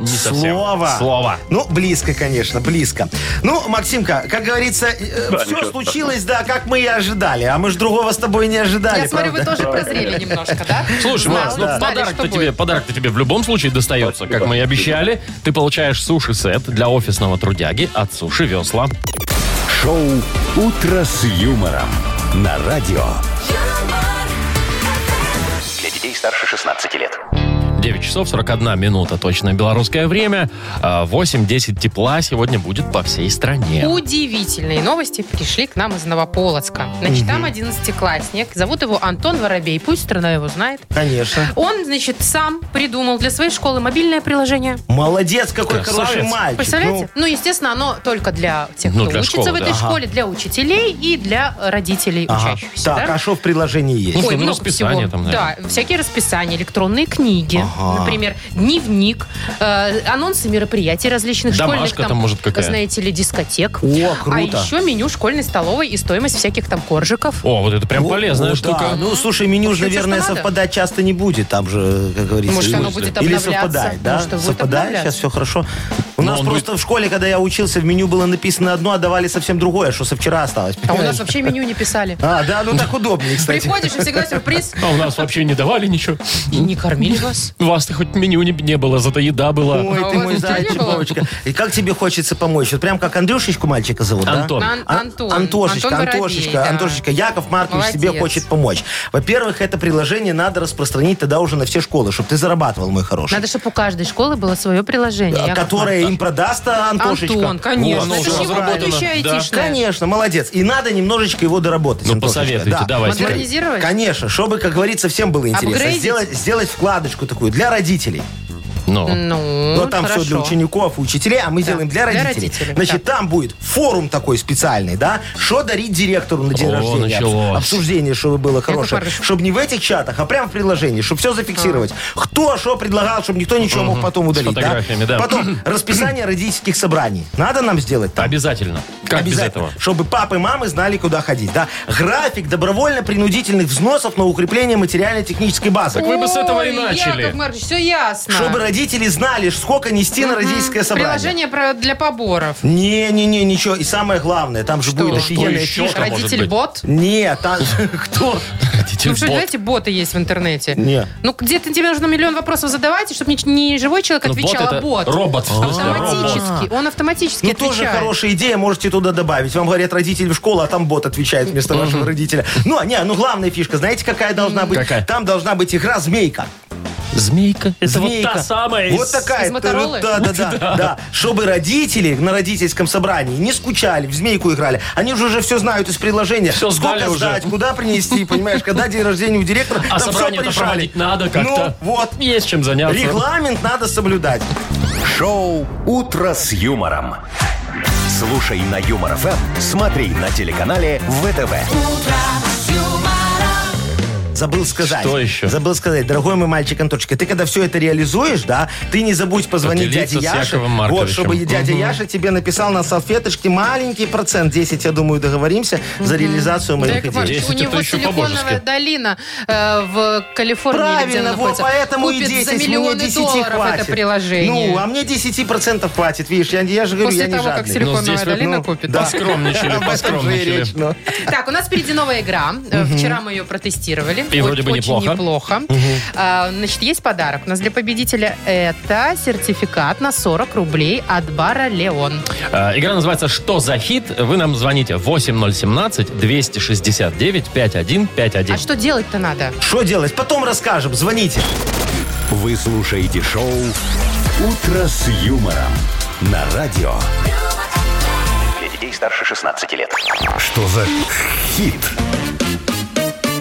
S2: не совсем.
S4: Слово.
S2: Слово.
S4: Ну, близко, конечно, близко. Ну, Максимка, как говорится,
S6: Да,
S4: все
S6: ничего
S4: случилось, да, как мы и ожидали. А мы ж другого с тобой не ожидали,
S3: Я смотрю, вы
S4: правда?
S3: тоже прозрели немножко, да?
S2: Слушай,
S3: Знали,
S2: Макс, ну
S3: знали,
S2: подарок-то
S3: что
S2: тебе,
S3: будет.
S2: подарок-то тебе в любом случае достается, как мы и обещали. Ты получаешь суши-сет для офисного трудяги от Суши Весла.
S1: Шоу «Утро с юмором» на радио.
S7: Для детей старше 16 лет.
S2: 9 часов 41 минута, точное белорусское время. А 8-10 тепла сегодня будет по всей стране.
S3: Удивительные новости пришли к нам из Новополоцка. Значит, там одиннадцатиклассник, зовут его Антон Воробей, пусть страна его знает.
S4: Конечно.
S3: Он, значит, сам придумал для своей школы мобильное приложение.
S4: Молодец, какой
S2: Красавец.
S4: хороший мальчик.
S3: Представляете? Ну, естественно, оно только для тех,
S2: Ну,
S3: кто
S2: для
S3: учится
S2: школы,
S3: в этой
S2: да.
S3: школе, для учителей и для родителей
S4: Ну, ага.
S3: учащихся.
S4: Так,
S3: да?
S4: а что в приложении есть?
S2: Ну,
S3: Ой,
S2: ну,
S3: много
S2: расписание
S3: всего.
S2: там,
S3: да,
S2: наверное.
S3: всякие расписания, электронные книги,
S4: Ага.
S3: например, дневник, э, анонсы мероприятий различных
S2: Домашка
S3: школьных,
S2: там, может, какая.
S3: знаете ли, дискотек.
S4: О,
S3: А
S4: круто.
S3: еще меню школьной столовой и стоимость всяких там коржиков.
S2: О, вот это прям
S4: О,
S2: полезная
S4: о,
S2: штука.
S4: да. Ну, слушай, меню же,
S3: Вообще, всё,
S4: наверное,
S3: что надо.
S4: совпадать часто не будет. Там же, как говорится,
S3: Может,
S4: или-
S3: оно будет
S4: или
S3: обновляться.
S4: совпадает, да?
S3: Может, будет
S4: совпадает,
S3: обновляться.
S4: сейчас все хорошо. У
S2: Но
S4: нас
S2: он
S4: просто в школе, когда я учился, в меню было написано одно, а давали совсем другое, что со вчера осталось.
S3: А у
S4: понимаешь?
S3: нас вообще меню не писали.
S4: А, да, ну так удобнее, кстати.
S3: Приходишь, и всегда сюрприз.
S2: А у нас вообще не давали ничего.
S3: И не кормили вас.
S2: вас-то хоть меню не, не было, зато еда была.
S4: Ой,
S3: А у
S4: ты
S3: вас
S4: мой
S3: ничего не
S4: зайчик,
S3: было?
S4: Вовочка. И как тебе хочется помочь? Вот прям как Андрюшечку мальчика зовут, да?
S2: Антон.
S3: Ан-
S4: А-
S3: Антон.
S4: Антошечка,
S3: Антон Воробей,
S4: Антошечка,
S3: да.
S4: Антошечка, Яков Маркович
S3: Молодец.
S4: тебе хочет помочь. Во-первых, это приложение надо распространить тогда уже на все школы, чтобы ты зарабатывал, мой хороший.
S3: Надо, чтобы у каждой школы было свое приложение.
S4: А,
S3: Яков
S4: Которое
S3: Маркович.
S4: им продаст а, Антошечка. ну,
S3: Антон, конечно.
S2: Ну, оно
S3: это
S2: уже
S3: же его
S2: разработано.
S3: будущее
S2: Да.
S3: айтишное.
S4: Конечно, молодец. И надо немножечко его доработать.
S2: Ну,
S4: Антошечка.
S2: посоветуйте,
S4: Да.
S2: давайте.
S4: Смотри,
S3: Модернизировать?
S4: Конечно, чтобы, как говорится, всем было интересно.
S3: Апгрейдить?
S4: Сделать, сделать вкладочку такую для родителей.
S2: Ну,
S3: Ну,
S4: Но там
S3: хорошо.
S4: все для учеников и учителей, а мы делаем для
S3: для
S4: родителей.
S3: родителей,
S4: Значит, там будет форум такой специальный, да? Что дарить директору на день
S2: О,
S4: рождения? Обс-
S2: началось.
S4: Обсуждение, чтобы было хорошее.
S3: Маркович.
S4: Чтобы не в этих чатах, а прямо в приложении, чтобы все зафиксировать.
S3: А.
S4: Кто что предлагал, чтобы никто ничего мог потом удалить. да?
S2: фотографиями, да.
S4: Потом расписание родительских собраний. Надо нам сделать там?
S2: обязательно. Как без этого?
S4: Чтобы папы и мамы знали, куда ходить. Да? График добровольно-принудительных взносов на укрепление материально-технической базы.
S2: Так вы бы с этого и
S3: Ой,
S2: начали.
S3: Яков Маркович, все ясно.
S4: Чтобы родители знали, сколько нести на родительское собрание.
S3: Приложение про- для поборов.
S4: Не-не-не, ничего. И самое главное, там же будет
S2: Что
S4: офигенная
S2: еще
S4: фишка.
S2: там Ну, может
S3: Родитель
S2: быть?
S3: бот.
S4: Нет, там... Кто?
S2: Родитель
S3: Ну что,
S2: бот.
S3: знаете, боты есть в интернете.
S4: Не.
S3: Ну где-то тебе нужно миллион вопросов задавать, и чтобы не, не живой человек
S2: Ну,
S3: отвечал,
S2: бот
S3: а
S2: это
S3: бот.
S2: робот. в смысле, робот.
S3: Автоматически. Он автоматически
S4: Ну,
S3: отвечает.
S4: тоже хорошая идея, можете туда добавить. Вам говорят родители в школу, а там бот отвечает вместо вашего родителя. Ну, а не, ну главная фишка, знаете, какая должна быть?
S2: Какая?
S4: Там должна быть игра «Змейка».
S2: Змейка. Это
S4: Змейка.
S2: вот та самая. из-
S4: Вот такая.
S3: из Моторолы?
S4: Да, да, да, да. Чтобы родители на родительском собрании не скучали, в змейку играли. Они же уже все знают из приложения.
S2: Всё
S4: Сколько
S2: знали уже.
S4: сдать, куда принести, понимаешь, когда день рождения у директора,
S2: А
S4: там все
S2: собрание
S4: порешали.
S2: проводить надо как-то.
S4: Ну, вот.
S2: Есть чем заняться.
S4: Регламент надо соблюдать.
S1: Шоу «Утро с юмором». Слушай на Юмор ФМ, смотри на телеканале ВТВ.
S4: Забыл сказать.
S2: Что еще?
S4: Забыл сказать. Дорогой мой мальчик Антошечка, ты когда все это реализуешь, да, ты не забудь позвонить
S2: Поделиться
S4: дяде
S2: с
S4: Яше.
S2: Яковом
S4: Вот,
S2: Марковичем.
S4: чтобы дядя
S2: Мгм.
S4: Яша тебе написал на салфеточке маленький процент, 10, я думаю, договоримся, за реализацию
S3: Да,
S4: моих
S3: Яков
S4: идей.
S3: Маркович,
S2: Есть
S3: у
S2: это
S3: него
S2: еще
S3: силиконовая
S2: по-божески.
S3: долина э, в Калифорнии, или где она
S4: Правильно, вот
S3: находится.
S4: поэтому
S3: Купит
S4: и 10,
S3: за миллионы
S4: мне 10
S3: долларов
S4: хватит.
S3: это приложение.
S4: Ну, а мне 10% хватит, видишь, я, я же говорю,
S3: После
S4: я не
S3: того, как
S4: жадный.
S3: силикон-
S2: Ну, здесь
S3: Силиконовая
S2: вот,
S3: долина
S2: ну,
S3: купит.
S4: да.
S2: Поскромничали,
S4: Об этом же и
S2: поскромничали.
S4: речь, ну.
S3: Так, у нас впереди новая игра. Э, Вчера мы ее протестировали.
S2: И
S3: О-
S2: вроде бы
S3: очень
S2: неплохо.
S3: неплохо. А, Значит, есть подарок. У нас для победителя это сертификат на 40 рублей от бара «Леон».
S2: Э, Игра называется «Что за хит?». Вы нам звоните 8017-269-5151.
S3: А что делать-то надо?
S4: Что делать? Потом расскажем, звоните.
S1: Вы слушаете шоу «Утро с юмором» на радио.
S7: Для детей старше 16 лет.
S1: Что за хит?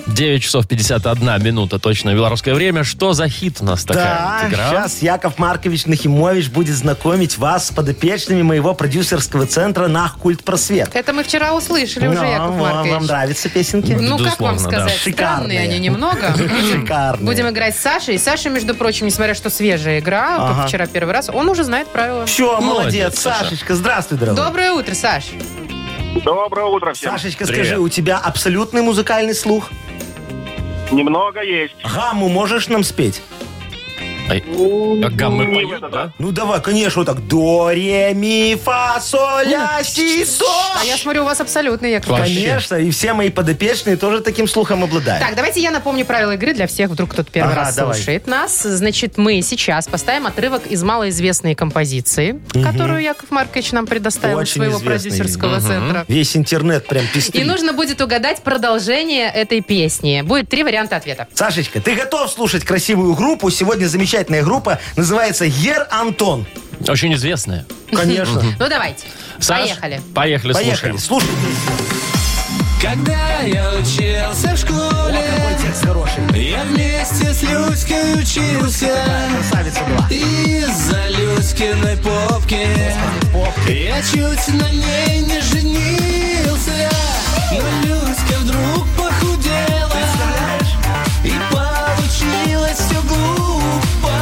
S2: 9 часов 51 минута, точно белорусское время. «Что за хит?» у нас такая
S4: Да,
S2: вот игра.
S4: сейчас Яков Маркович Нахимович будет знакомить вас с подопечными моего продюсерского центра «Нах Культ Просвет».
S3: Это мы вчера услышали уже,
S4: Ну,
S3: Яков
S4: вам, вам
S3: Маркович.
S4: нравятся песенки?
S3: Ну, как вам
S2: Безусловно, да.
S3: сказать? Странные
S4: Шикарные.
S3: они немного.
S4: Шикарные.
S3: Будем играть с Сашей. И Саша, между прочим, несмотря что свежая игра, только
S4: Ага.
S3: вчера первый раз, он уже знает правила.
S4: Все, молодец.
S2: Молодец, Саша.
S4: Сашечка, здравствуй, дорогой.
S3: Доброе утро, Саш.
S5: Доброе утро всем.
S4: Сашечка,
S2: Привет.
S4: скажи, у тебя абсолютный музыкальный слух?
S5: Немного есть.
S4: Гамму можешь нам спеть?
S2: Как Э, гаммы
S5: Не
S2: поют,
S5: в это,
S2: да?
S4: Ну давай, конечно, вот так. До, ре, ми, фа, соль, ля, си, со.
S3: А я смотрю, у вас абсолютный, Яков
S2: Вообще.
S3: Маркович.
S4: Конечно, и все мои подопечные тоже таким слухом обладают.
S3: Так, давайте я напомню правила игры для всех, вдруг кто-то первый
S4: Ага,
S3: раз
S4: давай.
S3: слушает нас. Значит, мы сейчас поставим отрывок из малоизвестной композиции, которую Яков Маркович нам предоставил из
S4: Очень
S3: своего
S4: известный.
S3: продюсерского центра.
S4: Весь интернет прям пестрит.
S3: И нужно будет угадать продолжение этой песни. Будет три варианта ответа.
S4: Сашечка, ты готов слушать красивую группу? Сегодня замечательная группа, называется Ер Антон.
S2: Очень известная.
S4: Конечно.
S3: Ну, давайте.
S2: Саш,
S3: Поехали.
S2: Поехали,
S4: Поехали,
S2: слушаем.
S4: слушай.
S10: Когда я учился в школе,
S4: Текст хороший.
S10: я вместе с Люськой учился.
S4: Красавица была.
S10: Из-за Люськиной попки я чуть на ней не женился. Но Люська вдруг похудела. И получилось все глупо.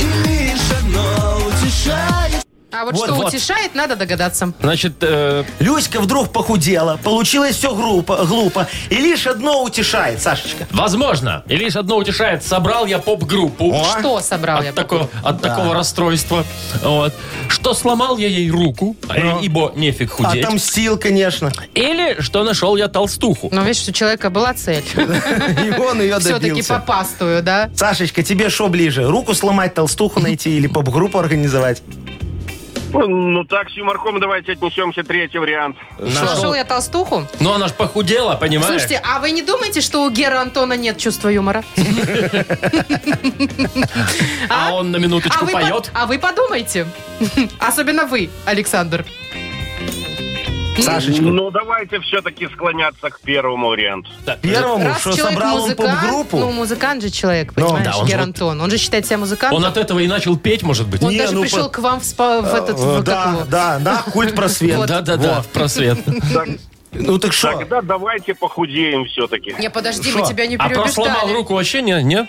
S10: И лишь одно утешает.
S3: А вот,
S4: Вот,
S3: что
S4: вот
S2: Вот.
S3: утешает, надо догадаться.
S2: Значит, э,
S4: Люська вдруг похудела, получилось все глупо, глупо. И лишь одно утешает, Сашечка.
S2: возможно, и лишь одно утешает, собрал я поп-группу.
S3: Что собрал я?
S2: От, тако- от такого расстройства. Вот. Что сломал я ей руку, э,
S4: Ну.
S2: ибо
S4: А
S2: нефиг худеть.
S4: Отомстил, конечно.
S2: Или что нашел я толстуху.
S3: Ну, видишь, у человека была цель.
S4: И он ее
S3: Все-таки
S4: добился.
S3: попастую, да?
S4: Сашечка, тебе что ближе? Руку сломать, толстуху найти или поп-группу организовать?
S6: Ну так, с юморком давайте отнесемся. Третий вариант.
S3: Нашел я толстуху.
S2: Ну, она ж похудела, понимаешь?
S3: Слушайте, а вы не думаете, что у Гера Антона нет чувства юмора?
S2: а он на минуточку
S3: А вы,
S2: поет.
S3: под- а вы подумайте. Особенно вы, Александр.
S4: Сашечка,
S6: Ну давайте все-таки склоняться к первому варианту.
S4: первому,
S3: Раз
S4: что
S3: человек
S4: собрал он
S3: музыкант, ну,
S4: поп-группу?
S3: музыкант же человек,
S4: Ну,
S3: понимаешь,
S2: да, он
S3: Гер
S2: же
S3: Антон. Он же считает себя музыкантом.
S2: Он от этого и начал петь, может быть?
S3: Он
S4: Не,
S3: даже
S4: ну,
S3: пришел
S4: по- Э,
S3: к вам в, спа- в этот... в как
S4: Да,
S3: его?
S4: да, на культ просвет.
S2: Да-да-да,
S4: Во.
S2: в просвет.
S4: Ну так что?
S6: Тогда давайте похудеем все-таки.
S3: Не, подожди,
S4: Шо?
S3: мы тебя не
S2: А про сломал
S3: переубеждали.
S2: руку вообще не- нет?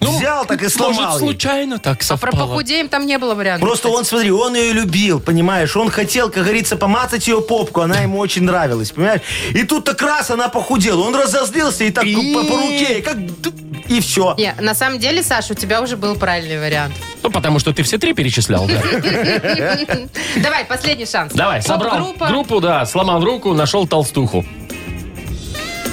S4: ну, Взял так и
S2: ну, Может,
S4: сломал. ей.
S2: случайно так
S3: А про
S2: совпало?
S3: похудеем там не было вариантов.
S4: Просто он, смотри, он ее любил, понимаешь? Он хотел, как говорится, помацать ее попку, она ему очень нравилась, понимаешь? И тут так раз она похудела, он разозлился и так по, по руке, и как... И все.
S3: Не, на самом деле, Саша, у тебя уже был правильный вариант.
S2: Ну, потому что ты все три перечислял, да.
S3: Давай, последний шанс.
S2: Давай, собрал
S3: Поп-группа.
S2: группу, да, сломал руку, нашел толстуху.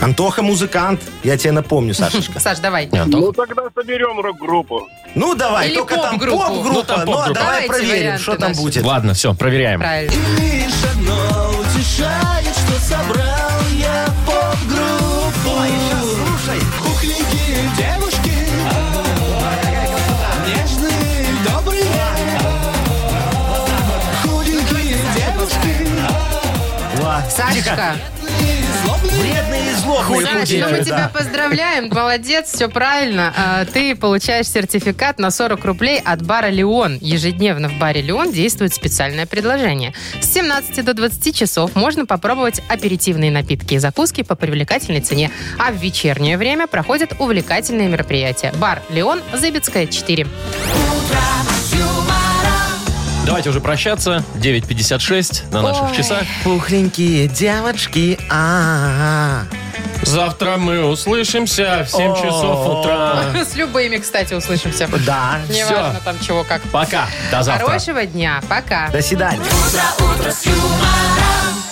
S4: Антоха музыкант, я тебе напомню, Сашечка.
S3: Саш, давай.
S2: Не, Антон?
S6: Ну тогда соберем рок-группу.
S4: Ну давай,
S3: Или
S4: только там
S3: поп-группу.
S2: Ну,
S4: поп-группа,
S2: там
S4: ну, а
S2: поп-группа.
S4: давай
S3: Давайте
S4: проверим,
S3: варианты
S4: что там
S3: наши.
S4: будет.
S2: Ладно, все, проверяем.
S3: Правильно.
S10: Лишь одно утешает, что собрал я поп-группу. слушай. Кухленькие девушки. Нежные, добрые. Худенькие девушки.
S4: Ла.
S3: Сашечка,
S10: И злобные.
S4: Вредные и злобные
S3: Саш, ну мы
S4: худеют,
S3: тебя
S4: да.
S3: поздравляем, молодец, все правильно. А, Ты получаешь сертификат на 40 рублей от бара «Леон». Ежедневно в баре «Леон» действует специальное предложение. С 17 до 20 часов можно попробовать аперитивные напитки и закуски по привлекательной цене. А в вечернее время проходят увлекательные мероприятия. Бар «Леон», Зыбецкая, 4.
S2: Давайте уже прощаться. 9.56 на наших
S3: Ой.
S2: часах.
S4: Пухленькие девочки, а
S2: Завтра мы услышимся в 7 часов утра.
S3: С любыми, кстати, услышимся.
S4: Да,
S3: Неважно там чего, как.
S2: Пока, до завтра.
S3: Хорошего дня, пока.
S4: до свидания.
S10: Утро, утро с юмором.